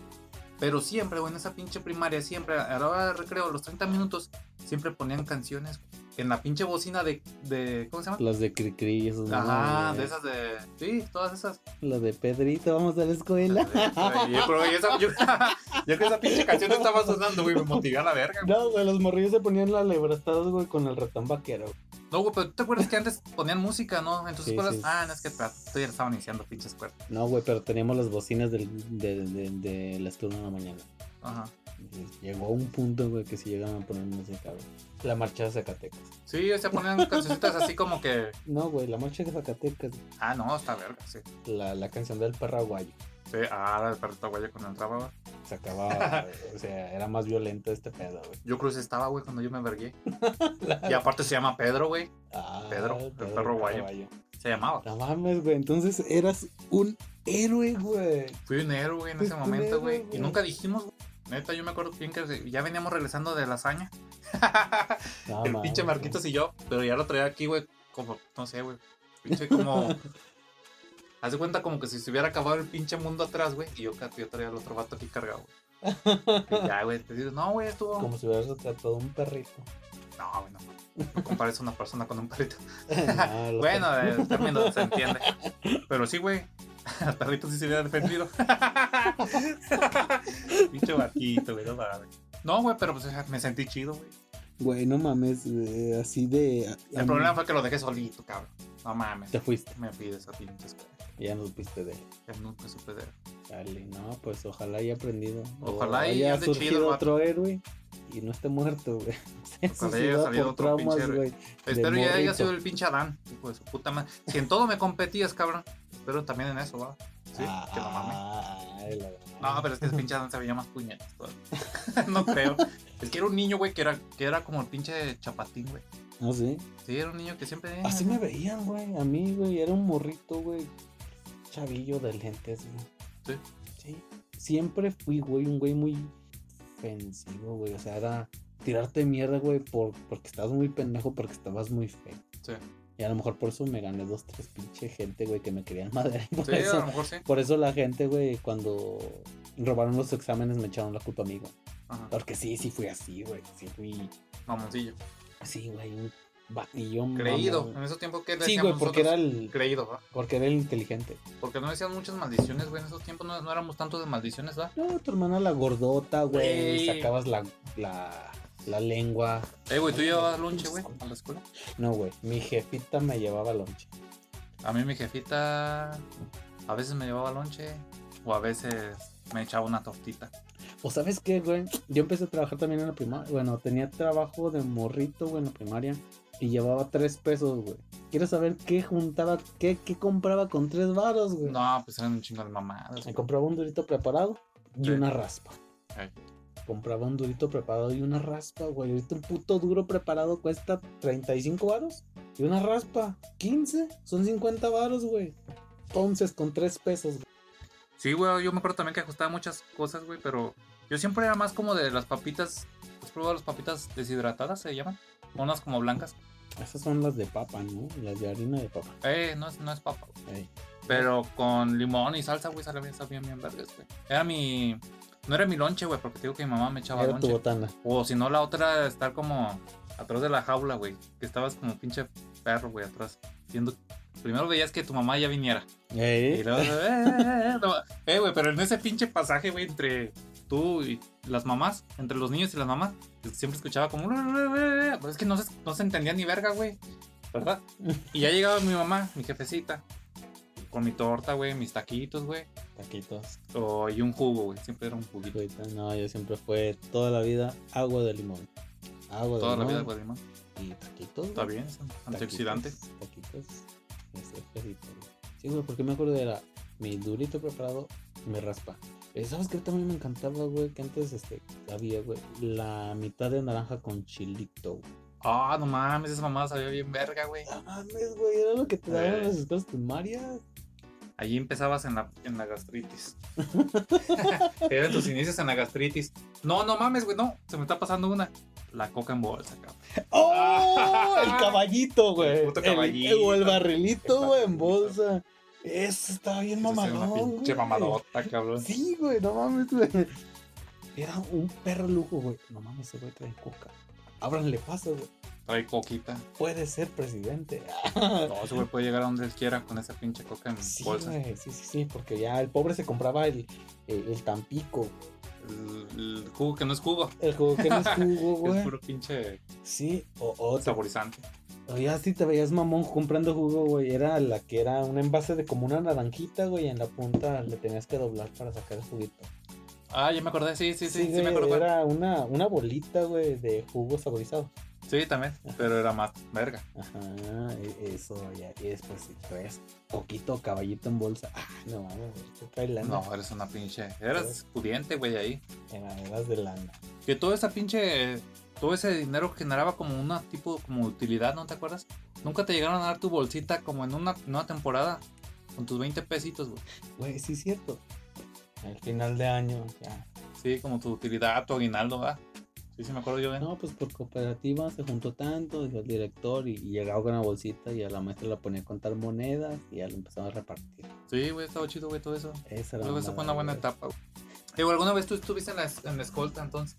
Pero siempre, güey, en esa pinche primaria, siempre, a la hora de recreo, a los 30 minutos, siempre ponían canciones en la pinche bocina de, de ¿cómo se llama? Las de Cricri y esas Ajá, mamadas. de esas de, sí, todas esas. Las de Pedrito, vamos a la escuela. Y Yo creo que esa, yo, yo que esa pinche canción estaba sonando, güey, me motivé a la verga, güey. No, güey, los morrillos se ponían las lebrastadas, güey, con el ratón vaquero. No, güey, pero ¿tú te acuerdas que antes ponían música, no? En tus Sí, escuelas, sí. ah, no, es que todavía estaban iniciando pinches escuelas. No, güey, pero teníamos las bocinas del, de, de, de las turno de la mañana. Ajá. Llegó un punto, güey, que si llegaban a poner música, güey. La marcha de Zacatecas. Sí, se ponían cancioncitas así como que. No, güey, la marcha de Zacatecas, Ah, no, está verga, sí. la, la canción del paraguayo. Sí, ah, la del perrito güey cuando entraba. güey. Se acababa, o sea, era más violento este pedo, güey. Yo creo que sí estaba, güey, cuando yo me vergué. Y aparte se llama Pedro, güey. Ah, Pedro, el perro guayo. paraguayo. Se llamaba. No mames, güey, entonces eras un héroe, güey. Fui un héroe, güey, en ese Fui un momento, héroe, güey. Y güey. nunca dijimos, güey. Neta, yo me acuerdo bien que ya veníamos regresando de lasaña. No El mames, pinche Marquitos y yo. Pero ya lo traía aquí, güey. Como, no sé, güey. Pinche como. Haz de cuenta como que si se hubiera acabado el pinche mundo atrás, güey. Y yo, yo traía al otro vato aquí cargado, güey. Y ya, güey. Te digo, no, güey, estuvo. güey. Como si hubieras tratado un perrito. No, bueno, no compares a una persona con un perrito. No, lo- Bueno, el término se entiende. Pero sí, güey, al perrito sí se hubiera defendido. Pinche barquito, güey, no mames. No, güey, pero pues o sea, me sentí chido, güey. Güey, no mames, eh, así de. a- a El mí- problema fue que lo dejé solito, cabrón. No mames. Te fuiste, Me pides esa pinche escuela. ya nos viste de él. Ya nunca supe de él. Dale, no, pues ojalá haya aprendido. O Ojalá y haya ande chido el surgido vato. otro héroe y no esté muerto, güey. Se Ojalá haya suicidó salido por otro pinche traumas, héroe. güey. Espero ya haya morrito. sido el pinche Adán, hijo de su puta madre. Si en todo me competías, cabrón. Espero también en eso, va. Sí, Ah, que no mames. Ay, la No, pero es que el pinche Adán se veía más puñetas todavía. no creo. Es que era un niño, güey, que era, que era como el pinche chapatín, güey. No sé. Sí, era un niño que siempre. eh, Así me veían, güey. A mí, güey, era un morrito, güey. Chavillo de lentes, güey. Sí. Sí. Siempre fui, güey, un güey muy ofensivo, güey. O sea, era tirarte mierda, güey, por, porque estabas muy pendejo, porque estabas muy feo. Sí. Y a lo mejor por eso me gané dos, tres pinche gente, güey, que me querían madre. Por, Sí, a eso, lo mejor sí. por eso la gente, güey, cuando robaron los exámenes me echaron la culpa a mí, güey. Ajá. Porque sí, sí fui así, güey. Sí fui Mamoncillo. así, güey, un batillón. Creído. mamón. En esos tiempos que Sí, decíamos güey, porque era nosotros? el. Creído, ¿va? Porque era el inteligente. Porque no decían muchas maldiciones, güey. En esos tiempos no, no éramos tanto de maldiciones, ¿va? No, tu hermana la gordota, güey. Güey. Sacabas la, la, la lengua. Eh, güey, tú llevabas lonche, güey, a la escuela. No, güey. Mi jefita me llevaba lonche. A mí mi jefita. A veces me llevaba lonche. O a veces me echaba una tortita. O sabes qué, güey. Yo empecé a trabajar también en la primaria. Bueno, tenía trabajo de morrito, güey, en la primaria. Y llevaba tres pesos, güey. Quiero saber qué juntaba, qué, qué compraba con tres varos, güey. No, pues eran un chingo de mamadas. Me güey. compraba un durito preparado y Sí. una raspa. Ay. Compraba un durito preparado y una raspa, güey. Ahorita un puto duro preparado cuesta 35 varos y una raspa 15. Son 50 varos, güey. Entonces con 3 pesos. güey. Sí, güey, yo me acuerdo también que ajustaba muchas cosas, güey, pero yo siempre era más como de las papitas. ¿Has probado las papitas deshidratadas, se llaman? Unas como blancas. Esas son las de papa, ¿no? Las de harina de papa. Eh, no es, no es papa, güey. Ey. Pero con limón y salsa, güey, sale bien, está bien, bien vergas, güey. Era mi... No era mi lonche, güey, porque te digo que mi mamá me echaba Era tu lonche. botana. O si no, la otra era estar como atrás de la jaula, güey. Que estabas como pinche perro, güey, atrás. Viendo... Primero veías que tu mamá ya viniera. Y Ey. luego, eh, eh, eh, no, eh, güey, pero en ese pinche pasaje, güey, entre tú y las mamás, entre los niños y las mamás, siempre escuchaba como. Pero es que no se, no se entendía ni verga, güey. ¿Verdad? Y ya llegaba mi mamá, mi jefecita, con mi torta, güey, mis taquitos, güey, Taquitos. o- y un jugo, güey. Siempre era un juguito. Ahorita, No, yo siempre fue toda la vida agua de limón. Agua de Toda la limón. vida, güey, limón. Y taquitos. Está güey. bien, es un antioxidante. Taquitos. Este perrito, güey. Sí, güey, porque me acuerdo era mi durito preparado y me raspa. Eh, ¿Sabes qué también me encantaba, güey? Que antes este, había, güey, la mitad de naranja con chilito, güey. Ah, no mames, esa mamada sabía bien verga, güey. No mames, güey, era lo que te daban Eh. en las escuelas primarias. Allí empezabas en la, en la gastritis. Eran tus inicios en la gastritis. No, no mames, güey, no. Se me está pasando una. La coca en bolsa, cabrón. ¡Oh! El caballito, güey. El puto caballito. El- o el El barrilito, güey, en barrilito. bolsa. Eso estaba bien Eso es mamadón. una pinche güey. mamadota, cabrón. Sí, güey, no mames, güey. Era un perro lujo, güey. No mames, ese güey trae coca. Ábranle paso, güey. Trae coquita. Puede ser presidente. Ah, No, ese güey puede llegar a donde él quiera con esa pinche coca en Sí, bolsa. güey, sí, sí, sí, porque ya el pobre se compraba el, eh, el, el Tampico, El, el jugo que no es jugo. el jugo que no es jugo, güey. Es puro pinche Sí, o, o, te- saborizante. o ya si te veías mamón comprando jugo, güey, era la que era un envase de como una naranjita, güey, y en la punta le tenías que doblar para sacar el juguito. Ah, ya me acordé, sí, sí, sí, sí, güey, me acuerdo. cuál. Era una, una bolita, güey, de jugo saborizado. Sí, también, pero era más verga. Ajá, e- eso, ya, y después si traes poquito caballito en bolsa, ah, no mames, güey, te trae lana. No, eres una pinche. Eras pudiente, güey, ahí. Era, eras de lana. Que toda esa pinche. Todo ese dinero generaba como una tipo como utilidad, ¿no te acuerdas? Nunca te llegaron a dar tu bolsita como en una, en una temporada con tus 20 pesitos, güey. Güey, sí es cierto. Al final de año, ya, Sí, como tu utilidad, tu aguinaldo, ¿verdad? Sí, sí, me acuerdo yo, ¿eh? No, pues por cooperativa se juntó tanto, dijo el director, y, y llegaba con una bolsita y a la maestra la ponía a contar monedas y ya lo empezaba a repartir. Sí, güey, estaba chido, güey, todo eso. Esa era Luego la eso mamada, fue una buena güey. etapa, güey. Digo, ¿alguna vez tú estuviste en la, en la escolta entonces?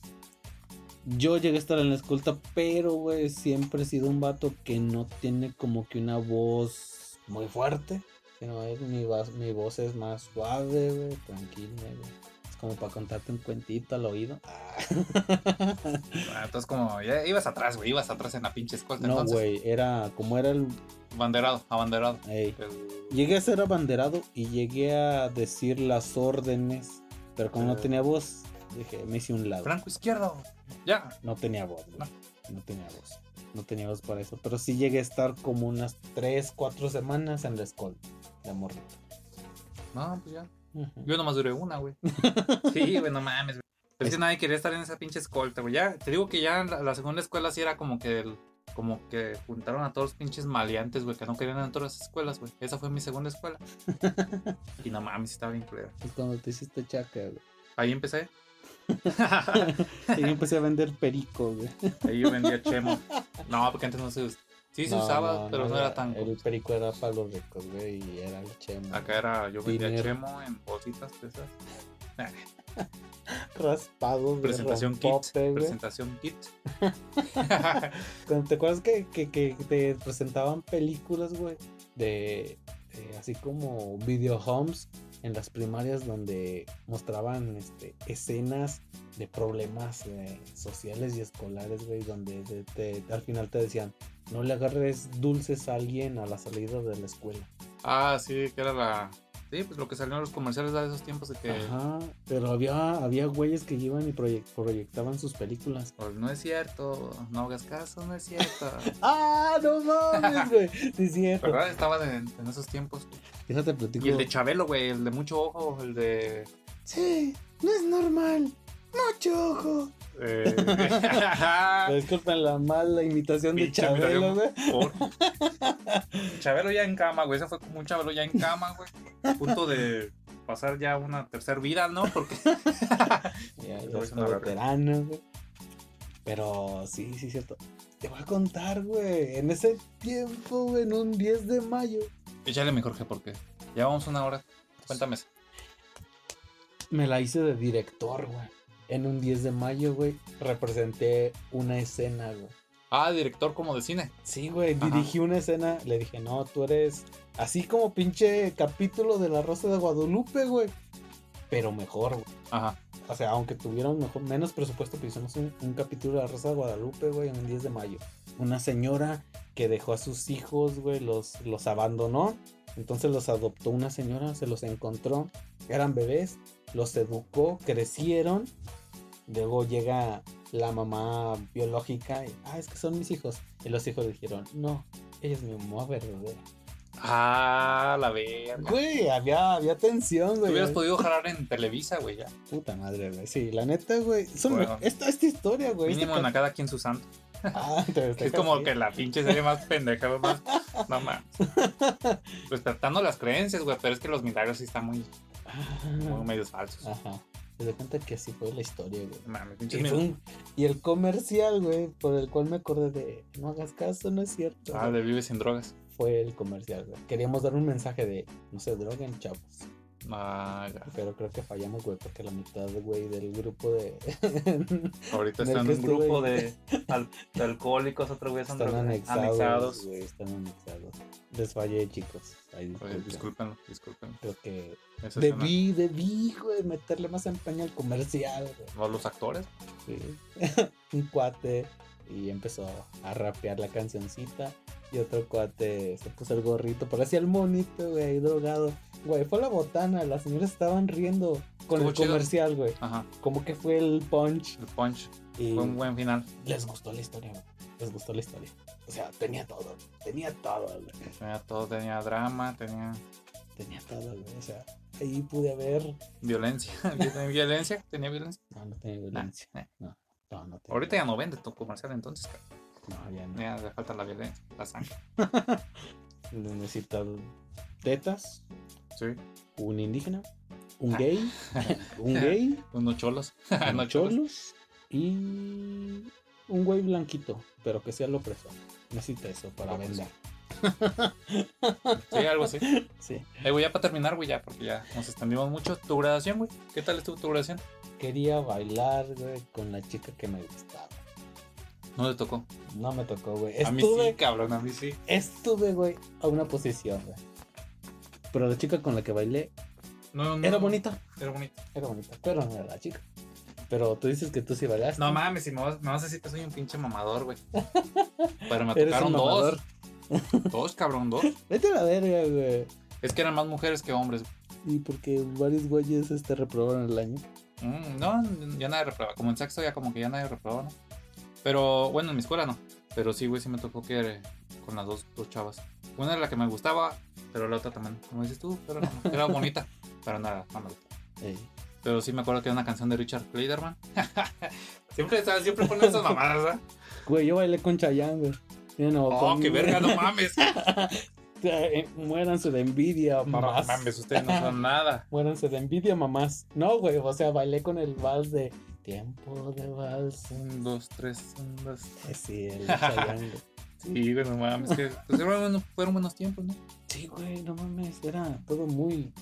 Yo llegué a estar en la escolta, pero, güey, siempre he sido un vato que no tiene como que una voz muy fuerte, sino es- mi, vas- mi voz es más suave, güey, tranquila, güey. Es como para contarte un cuentito al oído. Ah, entonces como, ya ibas atrás, güey, ibas atrás en la pinche escolta no, entonces. güey, era como era el... Abanderado, abanderado. ey. El- Llegué a ser abanderado y llegué a decir las órdenes, pero como no Pero- tenía voz, dije, me hice un lado. Franco izquierdo. Ya. No tenía voz, güey. No tenía voz. No tenía voz para eso. Pero sí llegué a estar como unas 3, 4 semanas en la escolta de morrito. No, pues ya. Ujú. Yo nomás duré una, güey. Sí, güey, no mames, güey. Es que nadie quería estar en esa pinche escolta, güey. Ya, te digo que ya en la, la segunda escuela sí era como que el- como que juntaron a todos los pinches maleantes, güey, que no querían entrar a todas las escuelas, güey. Esa fue mi segunda escuela. Y no mames, estaba bien culera. Es cuando te hiciste chaca, güey. Ahí empecé. Y yo empecé a vender perico, güey. Ahí yo vendía chemo. No, porque antes no se usaba. Sí se No, usaba, pero no, era tan. El perico era para los ricos, güey, y era el chemo. Acá era, yo vendía Dinero. chemo en bolsitas de esas. Raspado, güey, Presentación kit. rompope, güey. Presentación kit. Cuando ¿Te acuerdas que, que- que te presentaban películas, güey? De, de así como video homes en las primarias donde mostraban este, escenas de problemas eh, sociales y escolares, güey, donde te- te- al final te decían, no le agarres dulces a alguien a la salida de la escuela. ah, sí, que era la. Sí, pues lo que salieron los comerciales de esos tiempos de que. Ajá, pero había, había güeyes que iban y proye- proyectaban sus películas. pues, no es cierto, no hagas caso, no es cierto. ¡Ah, no mames, güey! Sí, es cierto. ¿Verdad? Estaba en, en esos tiempos. Déjate platico. Y el de Chabelo, güey, el de mucho ojo, el de. Sí, no es normal. Mucho ojo. eh, Disculpen la mala imitación de Pinche Chabelo, imitación. güey. Eh, Por- Chabelo ya en cama, güey. Ese fue como un Chabelo ya en cama, güey. A punto de pasar ya una tercera vida, ¿no? Porque Ya, Pero ya es está una verga. veterano, güey. Pero sí, sí, es cierto. Te voy a contar, güey. En ese tiempo, güey, en un 10 de mayo, Échale mi Jorge, porque ya vamos una hora. Cuéntame. eso. me la hice de director, güey. En un 10 de mayo, güey, representé una escena, güey. Ah, director como de cine. Sí, güey, Ajá. dirigí una escena, le dije, no, tú eres así como pinche capítulo de la Rosa de Guadalupe, güey. Pero mejor, güey. Ajá. O sea, aunque tuvieron mejor, menos presupuesto, pero hicimos un, un capítulo de la Rosa de Guadalupe, güey, en el 10 de mayo. Una señora que dejó a sus hijos, güey, los, los abandonó. Entonces los adoptó una señora, se los encontró. Eran bebés, los educó, crecieron. Luego llega la mamá biológica y, ah, es que son mis hijos. Y los hijos dijeron, no, ella es mi mamá verdadera. Ah, la verga. Güey, había, había tensión, Te güey. hubieras podido jalar en Televisa, güey, ya. Puta madre, güey. Sí, la neta, güey. Son Bueno. esta, esta historia, güey. este Mínimo en a cada quien su santo. Ah, te Es como que la pinche serie más pendeja, güey, más. No mames. Respetando las creencias, güey, pero es que los milagros sí están muy, muy medios falsos. Ajá. Te das cuenta que así fue la historia, güey. No mames, Y, pinches fue milagros. un- y el comercial, güey, por el cual me acordé de no hagas caso, no es cierto. Ah, de vive sin drogas. Fue el comercial, güey. Queríamos dar un mensaje de no se droguen, chavos. Ah, ya. Pero creo que fallamos, güey, porque la mitad, güey, del grupo de. Ahorita En el está en que este un grupo estuve. de, al- de alcohólicos, otro Pues güey son están drogas- anexados. anexados. güey, están anexados. Les fallé, chicos. Ay, Oye, disculpen. discúlpenlo, discúlpenlo. Creo que Esa escena. debí, debí, güey, meterle más empeño al comercial, güey. ¿No, los actores. Sí. un cuate y empezó a rapear la cancioncita y otro cuate se puso el gorrito, parecía el monito, güey, drogado. Güey, fue la botana, las señoras estaban riendo con Estuvo el chido. comercial, güey. Ajá. Como que fue el punch El punch. y Fue un buen final. les gustó la historia, güey. Les gustó la historia. O sea, tenía todo, tenía todo, güey. Tenía todo, tenía drama, tenía Tenía todo, güey. O sea, ahí pude haber... violencia. ¿Tenía violencia? ¿Tenía violencia? No, no tenía Ah, violencia. eh. No, no tenía. Ahorita ya no vende tu comercial entonces. cara. No, ya no. Ya le falta la violencia, la sangre. Necesitaba tetas, Sí. un indígena, un Ah. gay, un gay, Unos cholos. unos No cholos. cholos y un güey blanquito, pero que sea lo preso. Necesita eso para Lo preso. vender. Sí, algo así. Sí. Eh, güey, ya para terminar, güey, ya, porque ya nos extendimos mucho. Tu graduación, güey. ¿Qué tal estuvo tu graduación? Quería bailar, güey, con la chica que me gustaba. No te tocó. No me tocó, güey. A mí sí, Estuve, cabrón, a mí sí. estuve, güey, a una posición, güey. Pero la chica con la que bailé No, no, era bonita. Era bonito. Era bonita, pero no era la chica. Pero tú dices que tú sí bailaste. No mames, si me vas, me vas a decir que soy un pinche mamador, güey. Pero me Eres un tocaron mamador. dos. Dos, cabrón, dos. Vete a la verga, güey. Es que eran más mujeres que hombres. Y porque varios güeyes este reprobaron el año. Mm, no, ya nadie reprobaba. Como en sexto ya como que ya nadie reprobaba, ¿no? Pero bueno, en mi escuela no. Pero sí, güey, sí me tocó que eh, con las dos, dos chavas. Una era la que me gustaba, pero la otra también, como dices tú, pero no, era bonita. Pero nada, no me gustó. Ey. Pero sí me acuerdo que era una canción de Richard Clayderman. siempre, ¿sabes? siempre ponen esas mamadas, ¿verdad? Güey, yo bailé con Chayanne, güey. Mira, no, Oh, con- qué verga, no mames. Eh, Muéranse de envidia, No mamás. mames, ustedes no son nada. Muéranse de envidia, mamás. No, güey, o sea, bailé con el vals de Tiempo de Vals. Un, dos, tres, un, dos. tres. Eh, Sí, el Chayanne, güey. Sí, güey, no mames. Que, pues eran buenos- fueron buenos tiempos, ¿no? Sí, güey, no mames, era todo muy...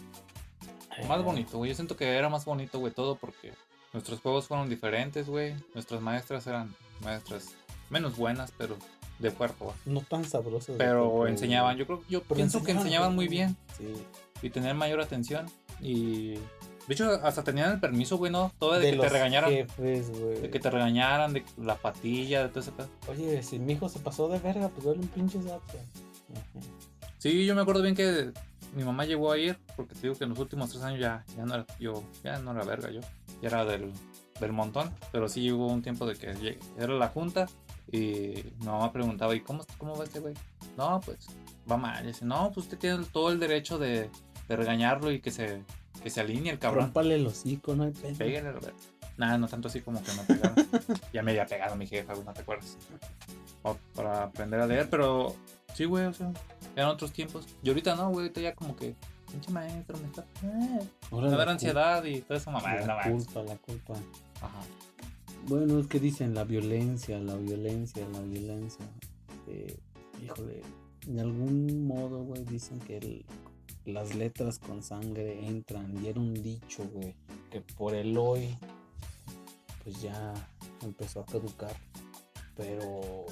Más Eh, bonito, güey. Yo siento que era más bonito, güey, todo porque nuestros juegos fueron diferentes, güey. Nuestras maestras eran maestras menos buenas, pero de cuerpo, güey. No tan sabroso. de Pero cuerpo, enseñaban, güey. yo creo, yo Pero pienso que enseñaban muy güey. bien Sí. y tenían mayor atención. Y de hecho, hasta tenían el permiso, güey, ¿no? Todo de, que te los regañaran. jefes, güey. De que te regañaran, de la patilla, de todo ese pedo. Oye, si mi hijo se pasó de verga, pues dale un pinche zapo. Ajá. Sí, yo me acuerdo bien que mi mamá llegó a ir, porque te digo que en los últimos tres años ya, ya no era yo, ya no era verga yo, ya era del, del montón, pero sí hubo un tiempo de que llegué- era la junta y mi mamá preguntaba, ¿y cómo, cómo va este güey? No, pues va mal, y dice, no, pues usted tiene todo el derecho de, de regañarlo y que se, que se alinee el cabrón. Rómpale los hocico, no hay pedo. Pégale, Robert. Nada, no tanto así como que me pegaron. ya me había pegado mi jefa, güey, no te acuerdas. O- para aprender a leer, pero sí, güey, o sea, eran otros tiempos. Y ahorita no, güey, ahorita ya como que, pinche maestro, me está. Ah, Ahora me va a la dar ansiedad y todo eso, mamá. La no mames. culpa, la culpa. Ajá. Bueno, es que dicen la violencia, la violencia, la violencia. Eh, híjole, de algún modo, güey, dicen que el- las letras con sangre entran. Y era un dicho, güey, que por el hoy, pues ya empezó a caducar. Pero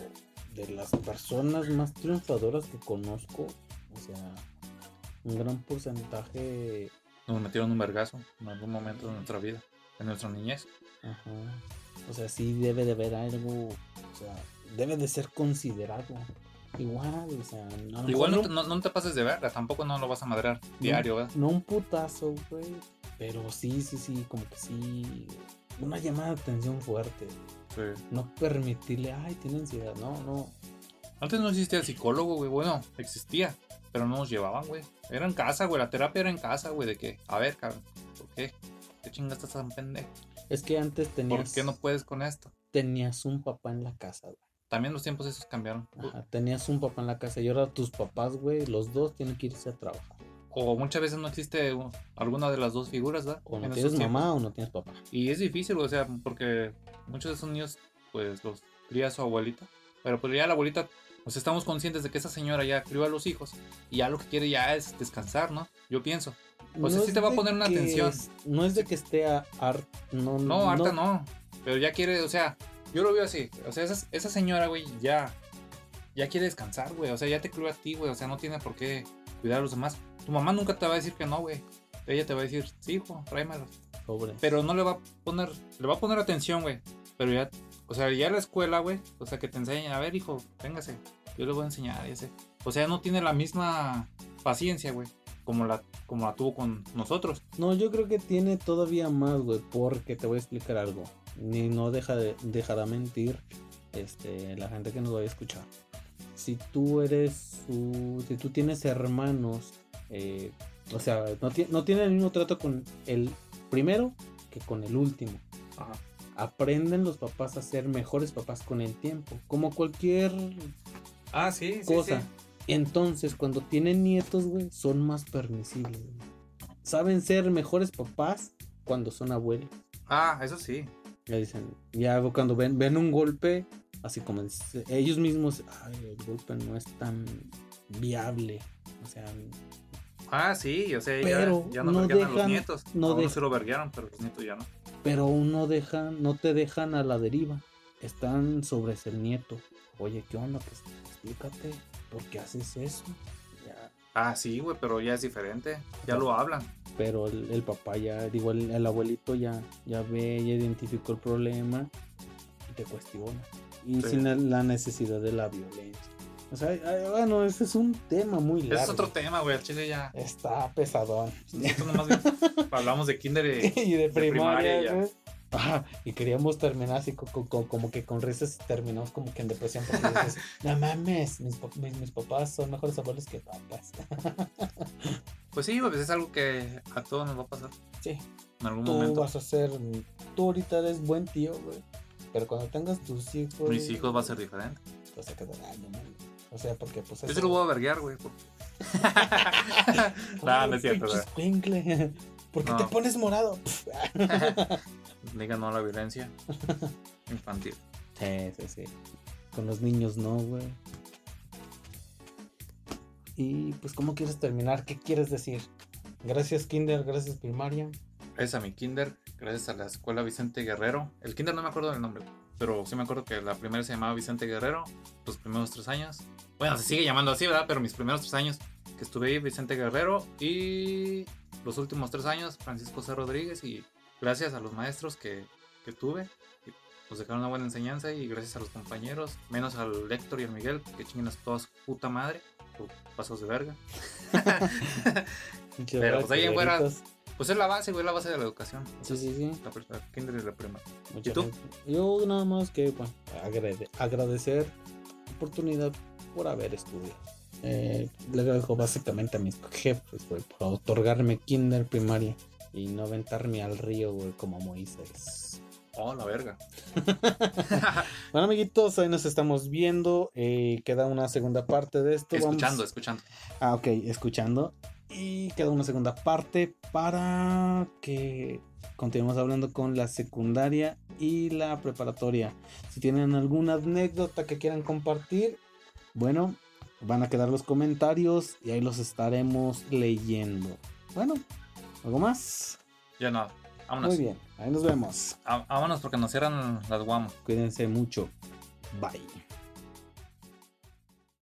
de las personas más triunfadoras que conozco, o sea, un gran porcentaje Nos metieron un vergazo en algún momento de nuestra vida, en nuestra niñez. Ajá. O sea, sí debe de haber algo, o sea, debe de ser considerado. Igual, o sea, a lo mejor Igual no no, te, no, no te pases de verga, tampoco no lo vas a madrear diario, ¿verdad? no un putazo, güey, pero sí, sí, sí, como que sí, una llamada de atención fuerte. Sí. No permitirle, ay, tiene ansiedad, no, no. Antes no existía el psicólogo, güey. Bueno, existía, pero no nos llevaban, güey. Era en casa, güey. La terapia era en casa, güey. De que, a ver, cabrón, ¿por qué? ¿Qué chingas estás tan pendejo? Es que antes ¿Por tenías, qué no puedes con esto? tenías un papá en la casa, güey. También los tiempos esos cambiaron. Ajá, tenías un papá en la casa y ahora tus papás, güey, los dos tienen que irse a trabajar. O muchas veces no existe u- alguna de las dos figuras, ¿verdad? O En no esos tienes tiempos. mamá o no tienes papá. Y es difícil, o sea, porque muchos de esos niños, pues los cría su abuelita. Pero pues ya la abuelita, pues estamos conscientes de que esa señora ya crió a los hijos y ya lo que quiere ya es descansar, ¿no? Yo pienso. O sea, sí es te va a de poner una que- atención. No es de que esté a- ar- No, No, harta no. Pero ya quiere, o sea, yo lo veo así. O sea, esa, esa señora, güey, ya, ya quiere descansar, güey. O sea, ya te crió a ti, güey. O sea, no tiene por qué cuidar a los demás. Tu mamá nunca te va a decir que no, güey. Ella te va a decir, sí, hijo, tráemelo. Pobre. pero no le va a poner, le va a poner atención, güey. Pero ya, o sea, ya la escuela, güey, o sea, que te enseñen, a ver, hijo, véngase, yo le voy a enseñar, ya sé. O sea, no tiene la misma paciencia, güey, como la, como la tuvo con nosotros. No, yo creo que tiene todavía más, güey, porque te voy a explicar algo. Ni no deja de, dejará mentir este, la gente que nos vaya a escuchar. Si tú eres su- si tú tienes hermanos, eh, o sea, no, ti- no tienen el mismo trato con el primero que con el último. Ajá. Aprenden los papás a ser mejores papás con el tiempo, como cualquier Ah, sí, cosa. Entonces, cuando tienen nietos, güey, son más permisibles. güey. Saben ser mejores papás cuando son abuelos. Ah, eso sí. Ya dicen, ya cuando ven, ven un golpe, así como dice- ellos mismos, ay, el golpe no es tan viable. O sea, Ah, sí, o sea, ya- Pero ya, no, no verguean a los dejan- nietos. no a unos dejan. se lo verguearon, pero los nietos ya no. pero aún no dejan, no te dejan a la deriva. Están sobre el nieto. Oye, ¿qué onda? Pues explícate, ¿por qué haces eso? Ya, Ah, sí, güey, pero ya es diferente. Ya lo hablan. pero el, el papá ya, digo, el, el abuelito ya, ya ve, ya identificó el problema y te cuestiona. Y Sí. sin la, la necesidad de la violencia. O sea, ay, bueno, ese es un tema muy largo. Ese es otro tema, güey, al chile ya. Está pesadón. Nosotros nomás bien- hablamos de kinder y- y de primaria, primaria ya. güey. Ajá, y queríamos terminar así co- co- co- como, que con risas y terminamos como que en depresión porque dices, no mames, mis, pap- mis- mis papás son mejores abuelos que papás. Pues sí, güey, pues es algo que a todos nos va a pasar sí, en algún tú momento. vas a ser, tú ahorita eres buen tío, güey. Pero cuando tengas tus hijos. Mis hijos va a ser diferente. O sea, que te da, no mames. O sea, porque pues Yo se lo voy a verguear, güey. por- Ah, no, no es cierto, güey. güey. ¿Por qué No. te pones morado? ah. Diga no a la violencia infantil. Sí, sí, sí. Con los niños no, güey. Y pues, ¿cómo quieres terminar? ¿Qué quieres decir? Gracias, Kinder, gracias, primaria. Gracias a mi kinder, gracias a la escuela Vicente Guerrero. El kinder no me acuerdo del nombre, pero sí me acuerdo que la primera se llamaba Vicente Guerrero, los primeros tres años. Bueno, se sigue llamando así, ¿verdad? Pero mis primeros tres años que estuve ahí, Vicente Guerrero, y los últimos tres años, Francisco C. Rodríguez, y gracias a los maestros que, que tuve, que nos dejaron una buena enseñanza, y gracias a los compañeros, menos al Héctor y al Miguel, que chinguen a toda su puta madre, por pasos de verga. Pinche Pero, verdad, pues, ahí en fuera- culeros. Pues es la base, güey, la base de la educación. Sí, sí, sí. La, pri- la kinder y la prima. Mucha ¿Y tú? gente. Yo nada más que bueno, agrade- agradecer la oportunidad por haber estudiado. Eh, le agradezco básicamente a mis jefes güey, por otorgarme kinder primaria y no aventarme al río güey, como Moisés. Oh, la verga. Bueno amiguitos, hoy nos estamos viendo. eh, queda una segunda parte de esto. vamos- escuchando, escuchando. Ah, ok, escuchando. Y queda una segunda parte para que continuemos hablando con la secundaria y la preparatoria. Si tienen alguna anécdota que quieran compartir, bueno, van a quedar los comentarios y ahí los estaremos leyendo. Bueno, ¿algo más? Ya no. Vámonos. Muy bien, ahí nos vemos. Ah, Vámonos porque nos cierran las guamos. Cuídense mucho. Bye.